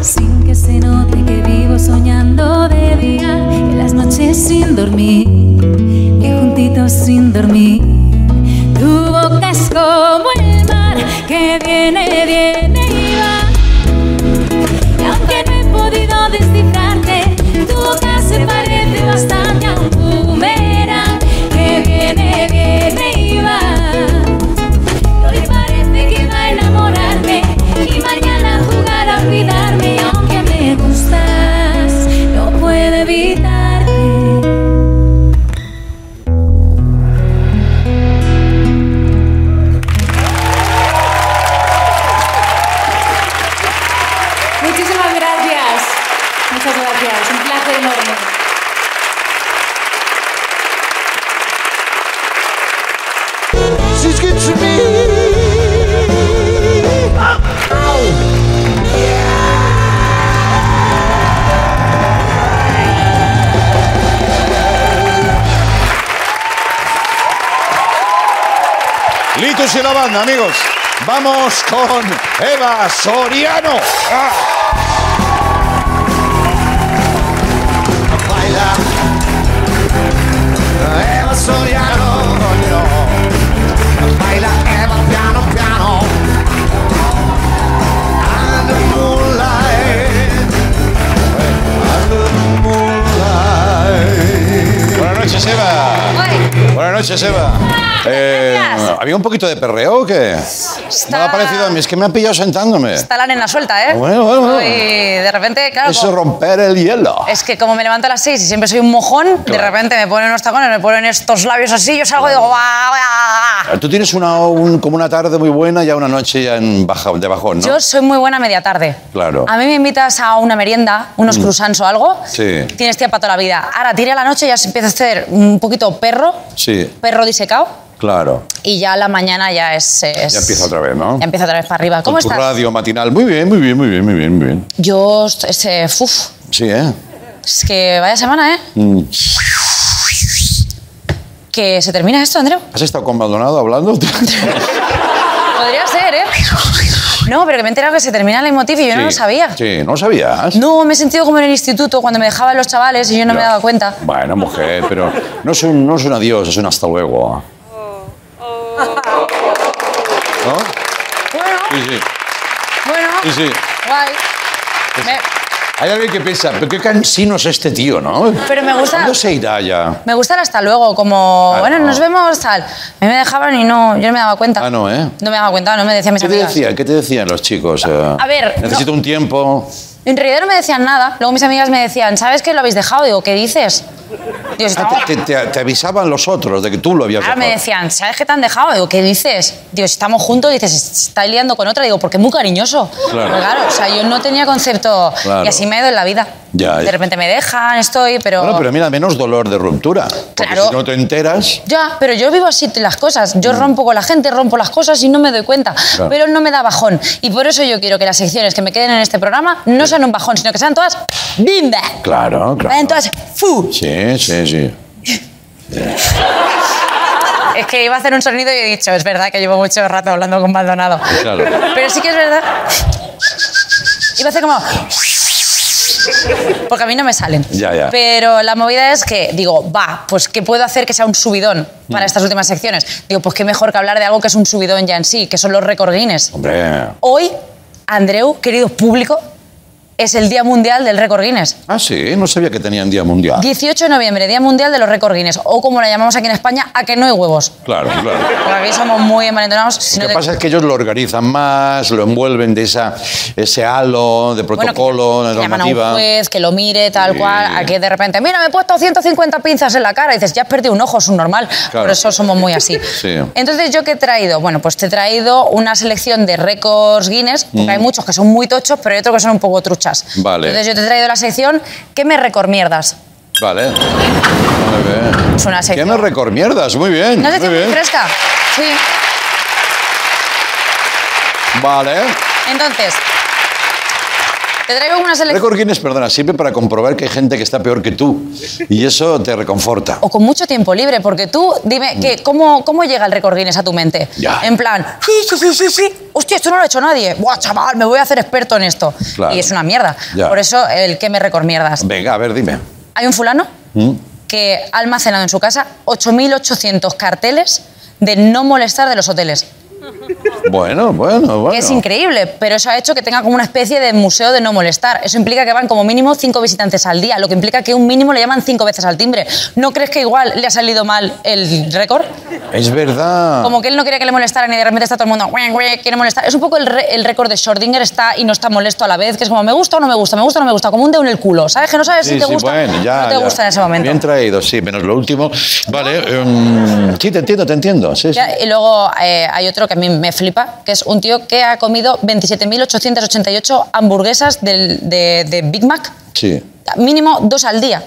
S10: Sin que se note que vivo soñando de día en las noches sin dormir, bien juntitos sin dormir. Tu boca es como el mar que viene, viene y va. Y aunque no he podido descifrarte, tu boca se parece bastante a un boomerang que viene, viene y va. Y hoy parece que va a enamorarme y mañana jugar a olvidarme. Y aunque me gustas, no puedo evitarte.
S11: Muchísimas gracias. Muchas gracias. Un placer enorme.
S2: Litus y la banda, amigos. Vamos con Eva Soriano. Ah.
S3: Baila Eva Soriano Baila Eva piano piano Under the moonlight Under the moonlight
S2: Buenas noches, Eva. Buenas noches, Eva. Eh,
S7: Gracias.
S2: ¿Había un poquito de perreo o qué? No me ha parecido a mí, es que me han pillado sentándome.
S7: Está la nena suelta, ¿eh?
S2: Bueno, bueno, bueno.
S6: Pues,
S7: Y de repente, claro.
S2: Eso
S7: como-
S2: es romper el hielo.
S7: Es que como me levanto a las 6 y siempre soy un mojón, de
S2: Claro.
S7: repente me ponen unos tacones, me ponen estos labios así, yo salgo y digo, "Buah, buah".
S2: Tú tienes una, un- como una tarde muy buena y ya una noche ya en baja, de bajón, ¿no?
S7: Yo soy muy buena a media tarde.
S2: Claro. Mm.
S7: A mí me invitas a una merienda, unos croissants o algo,
S2: Sí.
S7: tienes tiempo para toda la vida. Ahora, tira la noche, ya se empieza a hacer un poquito perro,
S2: Sí,
S7: perro disecado,
S2: claro.
S7: y ya la mañana ya es... es-
S2: Ya empieza otra vez, ¿no?
S7: Ya empieza otra vez para arriba. ¿Cómo
S2: Con tu
S7: estás?
S2: radio matinal. Muy bien, muy bien, muy bien, muy bien, muy bien.
S7: Yo, este, uf,
S2: Sí, ¿eh?
S7: es que vaya semana, ¿eh?
S2: Mm.
S7: Que se termina esto, Andreu.
S2: ¿Has estado con Maldonado hablando?
S7: Podría ser, ¿eh? No, pero que me he enterado que se termina el emotivo y yo no
S2: Sí.
S7: lo sabía.
S2: Sí, ¿no lo sabías?
S7: No, me he sentido como en el instituto cuando me dejaban los chavales y yo no me
S2: Ya.
S7: daba cuenta.
S2: Bueno, mujer, pero no es un, no es un adiós, es un hasta luego. ¿No?
S7: Bueno,
S2: Sí, sí,
S7: bueno,
S2: sí, sí.
S7: guay. Me,
S2: Hay alguien que piensa, pero qué cansino es este tío, ¿no?
S7: Pero me gusta-
S2: ¿Cuándo se irá ya?
S7: me gusta el hasta luego, como,
S2: Claro.
S7: bueno, nos vemos, tal. A mí me dejaban y no, yo no me daba cuenta.
S2: Ah, no, ¿eh?
S7: No me daba cuenta, no me decían mis
S2: ¿Qué te
S7: amigas.
S2: decían? ¿Qué te decían los chicos? A
S7: ver,
S2: Necesito un tiempo.
S7: En realidad no me decían nada. Luego mis amigas me decían, ¿sabes que lo habéis dejado? Digo, ¿qué dices? Digo, si te-
S2: Ah, te, te- te- te avisaban los otros de que tú lo habías
S7: Ahora me
S2: dejado.
S7: decían, ¿sabes qué te han dejado? Digo, ¿qué dices? Digo, si estamos juntos, dices, "Se está liando con otra. Digo, porque es muy cariñoso.
S2: Claro.
S7: Pero claro, o sea, yo no tenía concepto.
S2: Claro.
S7: Y así me ha ido en la vida.
S2: Ya, ya.
S7: De repente me dejan, estoy, pero...
S2: Bueno, pero mira, menos dolor de ruptura. Porque
S7: Claro.
S2: si no te enteras,
S7: Ya, pero yo vivo así las cosas. Yo rompo con la gente, rompo las cosas y no me doy cuenta.
S2: Mm. Claro.
S7: Pero no me da bajón. Y por eso yo quiero que las secciones que me queden en este programa no sean un bajón, sino que sean todas... ¡Bimba!
S2: claro, claro.
S7: Vayan todas... ¡Fu!
S2: Sí, sí, sí.
S7: Es que iba a hacer un sonido y he dicho, es verdad que llevo mucho rato hablando con Maldonado.
S2: Claro.
S7: Pero sí que es verdad. Iba a hacer como. Porque a mí no me salen.
S2: Ya, ya.
S7: Pero la movida es que digo, va, pues ¿qué puedo hacer que sea un subidón
S2: Mm.
S7: para estas últimas secciones? Digo, pues qué mejor que hablar de algo que es un subidón ya en sí, que son los récord Guinness.
S2: Hombre.
S7: Hoy, Andreu, querido público, es el Día Mundial del Récord Guinness.
S2: Ah, sí, no sabía que tenían Día Mundial.
S7: 18 de noviembre, Día Mundial de los Récord Guinness, o como la llamamos aquí en España, a que no hay huevos.
S2: Claro, claro.
S7: Porque aquí somos muy envalentonados. Si
S2: Lo
S7: no
S2: que
S7: te-
S2: pasa es que ellos lo organizan más, lo envuelven de esa, ese halo de
S7: Bueno, que-
S2: protocolo,
S7: que
S2: de
S7: llaman a un
S2: normativa.
S7: juez, que lo mire, tal
S2: Sí.
S7: cual. Aquí de repente, mira, me he puesto 150 pinzas en la cara. Y dices, ya has perdido un ojo, es un normal.
S2: Claro.
S7: Por eso somos muy así.
S2: Sí.
S7: Entonces, ¿yo qué he traído? Bueno, pues te he traído una selección de récords Guinness, porque hay muchos que son muy tochos, pero hay otros que son un poco truchas.
S2: Mm. Vale.
S7: Entonces, yo te he traído la sección ¿Qué me recomierdas?
S2: Vale. Muy bien.
S7: Es una sección.
S2: Tiene récord mierdas, muy bien.
S7: ¿No es
S2: muy
S7: sección muy
S2: bien.
S7: fresca? Sí.
S2: Vale.
S7: Entonces, Te traigo una selección.
S2: Récord Guinness, perdona, sirve para comprobar que hay gente que está peor que tú. Y eso te reconforta.
S7: O con mucho tiempo libre, porque tú, dime, que, ¿cómo, ¿cómo llega el récord Guinness a tu mente?
S2: Mm. Ya.
S7: En plan, sí, sí, sí, sí, sí. Hostia, esto no lo ha hecho nadie. Buah, chaval, me voy a hacer experto en esto.
S2: Claro.
S7: Y es una mierda.
S2: Ya.
S7: Por eso, el que me récord mierdas.
S2: Venga, a ver, dime.
S7: Hay un fulano
S2: ¿Mm?
S7: que ha almacenado en su casa 8.800 carteles de no molestar de los hoteles.
S2: Bueno, bueno, bueno.
S7: Es increíble, pero eso ha hecho que tenga como una especie de museo de no molestar. Eso implica que van como mínimo cinco visitantes al día, lo que implica que un mínimo le llaman cinco veces al timbre. ¿No crees que igual le ha salido mal el récord?
S2: Es verdad.
S7: Como que él no quería que le molestaran y de repente está todo el mundo, "Guau, guau, quiere molestar. Es un poco el, re- el récord de Schrödinger está y no está molesto a la vez, que es como, me gusta o no me gusta, me gusta o no me gusta, como un dedo en el culo, ¿sabes? Que no sabes si te gusta
S2: bueno, ya,
S7: o no te
S2: ya.
S7: gusta en ese momento.
S2: Bien traído, sí, menos lo último. Vale, em, sí, te entiendo, te entiendo. Sí, sí.
S7: Ya, y luego eh, hay otro que a mí me flipa, que es un tío que ha comido 27.888 hamburguesas del- de, de Big Mac,
S2: Sí.
S7: mínimo dos al día.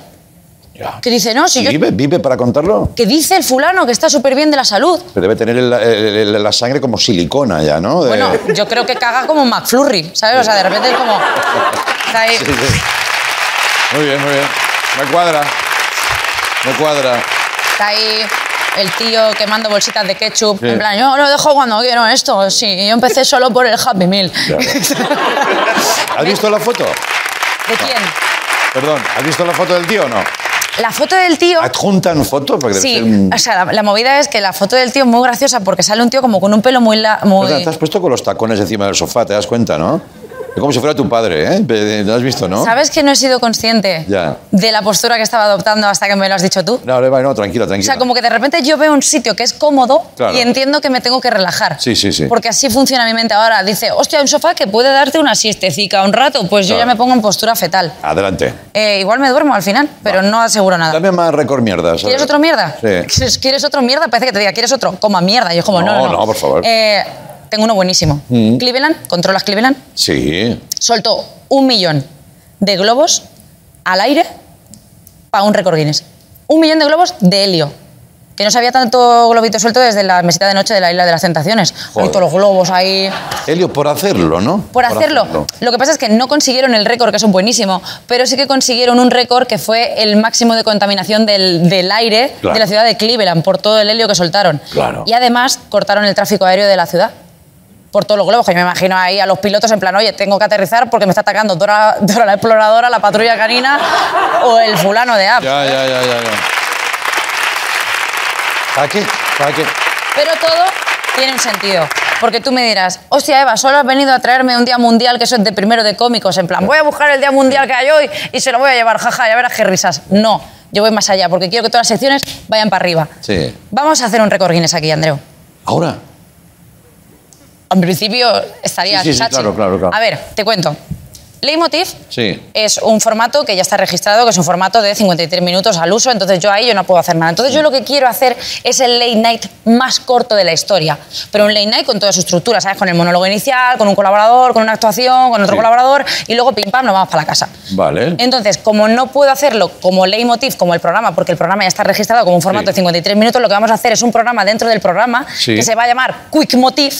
S2: Ya.
S7: Que dice, no, si
S2: ¿Y
S7: yo-
S2: ¿Vive, vive para contarlo?
S7: Que dice el fulano que está súper bien de la salud.
S2: Pero debe tener el- el- el- la sangre como silicona ya, ¿no? De-
S7: Bueno, yo creo que caga como McFlurry, ¿sabes? O sea, de repente es como... está ahí.
S2: Sí, sí. Muy bien, muy bien. Me cuadra. Me cuadra.
S7: Está ahí el tío quemando bolsitas de ketchup.
S2: Sí.
S7: En plan, yo lo dejo cuando quiero esto. Sí, yo empecé solo por el Happy Meal.
S2: Claro. ¿Has visto la foto?
S7: ¿De quién?
S2: Perdón, ¿has visto la foto del tío o no?
S7: La foto del tío...
S2: ¿Adjuntan fotos? Porque Ah, debe
S7: Sí,
S2: ser un-
S7: o sea, la, la movida es que la foto del tío es muy graciosa porque sale un tío como con un pelo muy... la- muy...
S2: Perdona, Te has puesto con los tacones encima del sofá, te das cuenta, ¿no? Es como si fuera tu padre, ¿eh? ¿Lo has visto, no?
S7: ¿Sabes que no he sido consciente
S2: Ya.
S7: de la postura que estaba adoptando hasta que me lo has dicho tú?
S2: No, no, no, tranquilo,
S7: O
S2: tranquilo.
S7: sea, como que de repente yo veo un sitio que es cómodo
S2: Claro.
S7: y entiendo que me tengo que relajar.
S2: Sí, sí, sí.
S7: Porque así funciona mi mente ahora. Dice, hostia, un sofá que puede darte una siestecica un rato. Pues yo ya
S2: Claro.
S7: me pongo en postura fetal.
S2: Adelante.
S7: Eh, igual me duermo al final, pero no aseguro nada.
S2: Dame más récord mierdas. a ver.
S7: ¿Quieres otro mierda?
S2: Sí.
S7: ¿Quieres- ¿Quieres otro mierda? Parece que te diga, ¿quieres otro? Coma mierda. Y yo como, no,
S2: No,
S7: no, no.
S2: no, por favor.
S7: Eh, tengo uno buenísimo.
S2: Mm.
S7: Cleveland, ¿controlas Cleveland?
S2: Sí.
S7: Soltó un millón de globos al aire para un récord Guinness. Un millón de globos de helio. Que no se había tanto globito suelto desde la mesita de noche de la Isla de las Tentaciones. Hay
S2: Joder.
S7: todos los globos ahí.
S2: Helio, por hacerlo, ¿no?
S7: Por hacerlo. Lo que pasa es que no consiguieron el récord, que es un buenísimo, pero sí que consiguieron un récord que fue el máximo de contaminación del, del aire
S2: Claro.
S7: de la ciudad de Cleveland por todo el helio que soltaron.
S2: Claro.
S7: Y además cortaron el tráfico aéreo de la ciudad. Por todos los globos, que yo me imagino ahí a los pilotos en plan, oye, tengo que aterrizar porque me está atacando Dora, Dora la exploradora, la patrulla canina o el fulano de app.
S2: Ya, ya, ya, ya. ya. ¿Para qué? ¿Para qué?
S7: Pero todo tiene un sentido. Porque tú me dirás, hostia Eva, solo has venido a traerme un día mundial, que eso es de primero de cómicos, en plan, voy a buscar el día mundial que hay hoy y se lo voy a llevar, jaja, ya verás qué risas. No, yo voy más allá, porque quiero que todas las secciones vayan para arriba.
S2: Sí.
S7: Vamos a hacer un récord Guinness aquí, Andreu.
S2: ¿Ahora?
S7: En principio estaría
S2: Sí, sí, sí,
S7: chachi.
S2: claro, claro, claro.
S7: A ver, te cuento. Leitmotiv
S2: Sí.
S7: es un formato que ya está registrado, que es un formato de 53 minutos al uso, entonces yo ahí yo no puedo hacer nada. Entonces yo lo que quiero hacer es el late night más corto de la historia, pero un late night con toda su estructura, ¿sabes? Con el monólogo inicial, con un colaborador, con una actuación, con otro
S2: Sí.
S7: colaborador y luego pim pam nos vamos para la casa.
S2: Vale.
S7: Entonces, como no puedo hacerlo como leitmotiv, como el programa, porque el programa ya está registrado como un formato
S2: Sí.
S7: de 53 minutos, lo que vamos a hacer es un programa dentro del programa
S2: Sí.
S7: que se va a llamar Quick Motiv,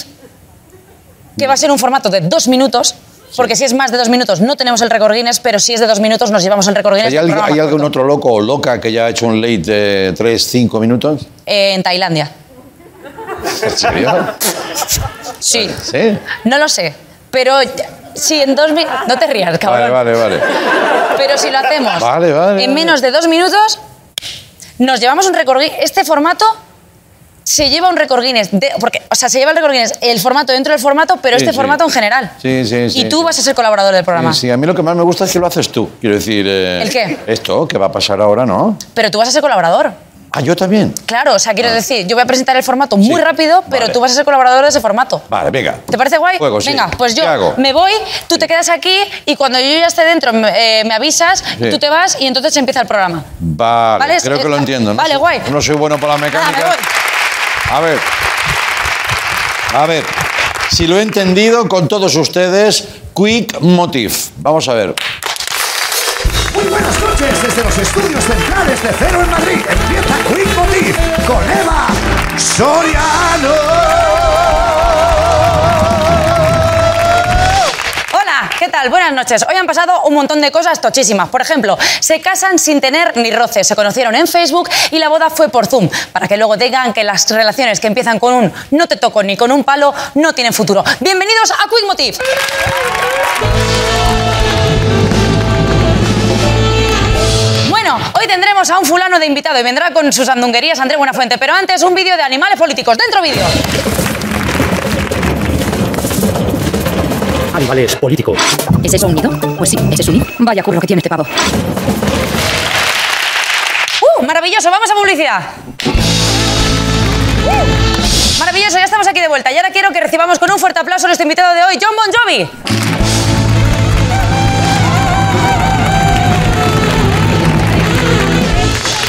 S7: que va a ser un formato de dos minutos, porque si es más de dos minutos no tenemos el récord Guinness, pero si es de dos minutos nos llevamos el récord Guinness.
S2: ¿Hay,
S7: del
S2: algo-
S7: Este programa.
S2: hay algún otro loco o loca que ya ha hecho un late de 3, 5 minutos?
S7: Eh, en Tailandia.
S2: ¿En serio?
S7: Sí.
S2: ¿Sí?
S7: No lo sé, pero si en dos minutos... No te rías,
S2: Vale,
S7: cabrón.
S2: vale, vale.
S7: Pero si lo hacemos
S2: Vale, vale,
S7: en
S2: vale.
S7: menos de dos minutos, nos llevamos un récord Guinness. Este formato se lleva un récord Guinness. de- porque, o sea, se lleva el récord Guinness, el formato dentro del formato, pero
S2: Sí,
S7: este
S2: sí.
S7: formato en general.
S2: Sí, sí, sí.
S7: y tú
S2: sí.
S7: vas a ser colaborador del programa.
S2: Eh, Sí, sí, a mí lo que más me gusta es que lo haces tú. Quiero decir. eh,
S7: ¿El qué?
S2: Esto, que va a pasar ahora, ¿no?
S7: Pero tú vas a ser colaborador.
S2: Ah, yo también.
S7: Claro, o sea, quiero decir, yo voy a presentar el formato muy
S2: Sí,
S7: rápido, pero
S2: vale.
S7: tú vas a ser colaborador de ese formato.
S2: Vale, venga.
S7: ¿Te parece guay?
S2: Juego, sí.
S7: Venga, pues yo
S2: ¿Qué hago?
S7: me voy, tú te quedas aquí y cuando yo ya esté dentro me, eh, me avisas,
S2: Sí.
S7: tú te vas y entonces empieza el programa.
S2: Vale,
S7: Vale, es-
S2: creo que lo
S7: eh,
S2: entiendo. ¿no?
S7: vale,
S2: soy-
S7: guay.
S2: No soy bueno para la
S7: Nada, Ah, me
S2: mecánica.
S7: voy.
S2: A ver. A ver. Si lo he entendido con todos ustedes, Quick Motive. Vamos a ver.
S1: Muy buenas noches desde los estudios centrales de Cero en Madrid. Empieza Quick Motif con Eva Soriano.
S7: Hola, ¿qué tal? Buenas noches. Hoy han pasado un montón de cosas tochísimas. Por ejemplo, se casan sin tener ni roces. Se conocieron en Facebook y la boda fue por Zoom. Para que luego digan que las relaciones que empiezan con un no te toco ni con un palo no tienen futuro. Bienvenidos a Quick Motive. Bueno, hoy tendremos a un fulano de invitado y vendrá con sus andunguerías André Buenafuente. Pero antes, un vídeo de animales políticos. Dentro vídeo.
S12: Animales políticos.
S13: ¿Es eso un nido? Pues sí, ese es un nido. Vaya curro que tiene este pavo.
S7: ¡Uh! Maravilloso, vamos a publicidad. ¡Uh! Maravilloso, ya estamos aquí de vuelta. Y ahora quiero que recibamos con un fuerte aplauso a nuestro invitado de hoy, John Bon Jovi.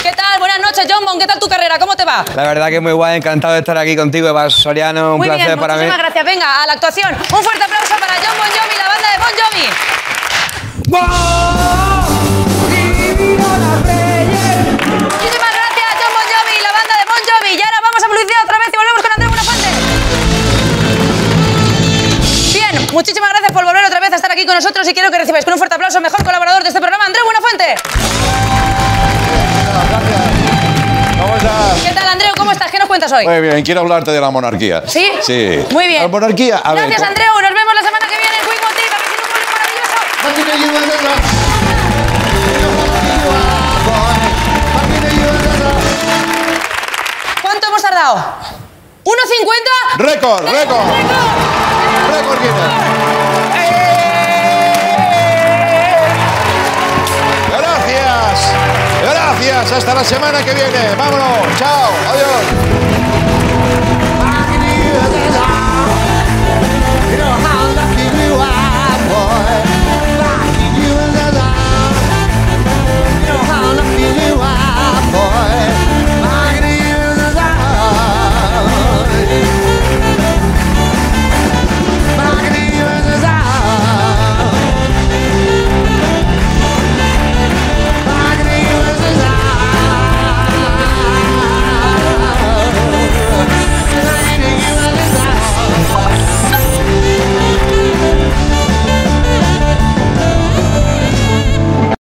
S7: ¿Qué tal? Buenas noches, John Bon. ¿Qué tal tu carrera? ¿Cómo te va?
S14: La verdad que muy guay, encantado de estar aquí contigo, Eva Soriano, un
S7: Muy
S14: placer
S7: bien,
S14: para mí.
S7: muchísimas gracias. Venga, a la actuación. Un fuerte aplauso para John Bon Jovi, la banda de Bon Jovi. Muchísimas gracias, John Bon Jovi, la banda de Bon Jovi. Y ahora vamos a publicidad otra vez y volvemos con Andrés Buenafuente. Bien, muchísimas gracias por volver otra vez a estar aquí con nosotros y quiero que recibáis con un fuerte aplauso al mejor colaborador de este programa, Andrés Buenafuente. ¿Qué tal, Andreu? ¿Cómo estás? ¿Qué nos cuentas hoy?
S2: Muy bien, quiero hablarte de la monarquía.
S7: ¿Sí?
S2: Sí.
S7: Muy bien.
S2: La monarquía, a ver.
S7: Gracias, Andreu. Nos vemos la semana que viene en Quick Motive. Habéis sido un pueblo maravilloso. ¿Cuánto hemos tardado? ¿1.50?
S2: Récord, récord.
S7: Récord
S2: Gracias. Gracias. Hasta la semana que viene. Vámonos. Chao. Adiós.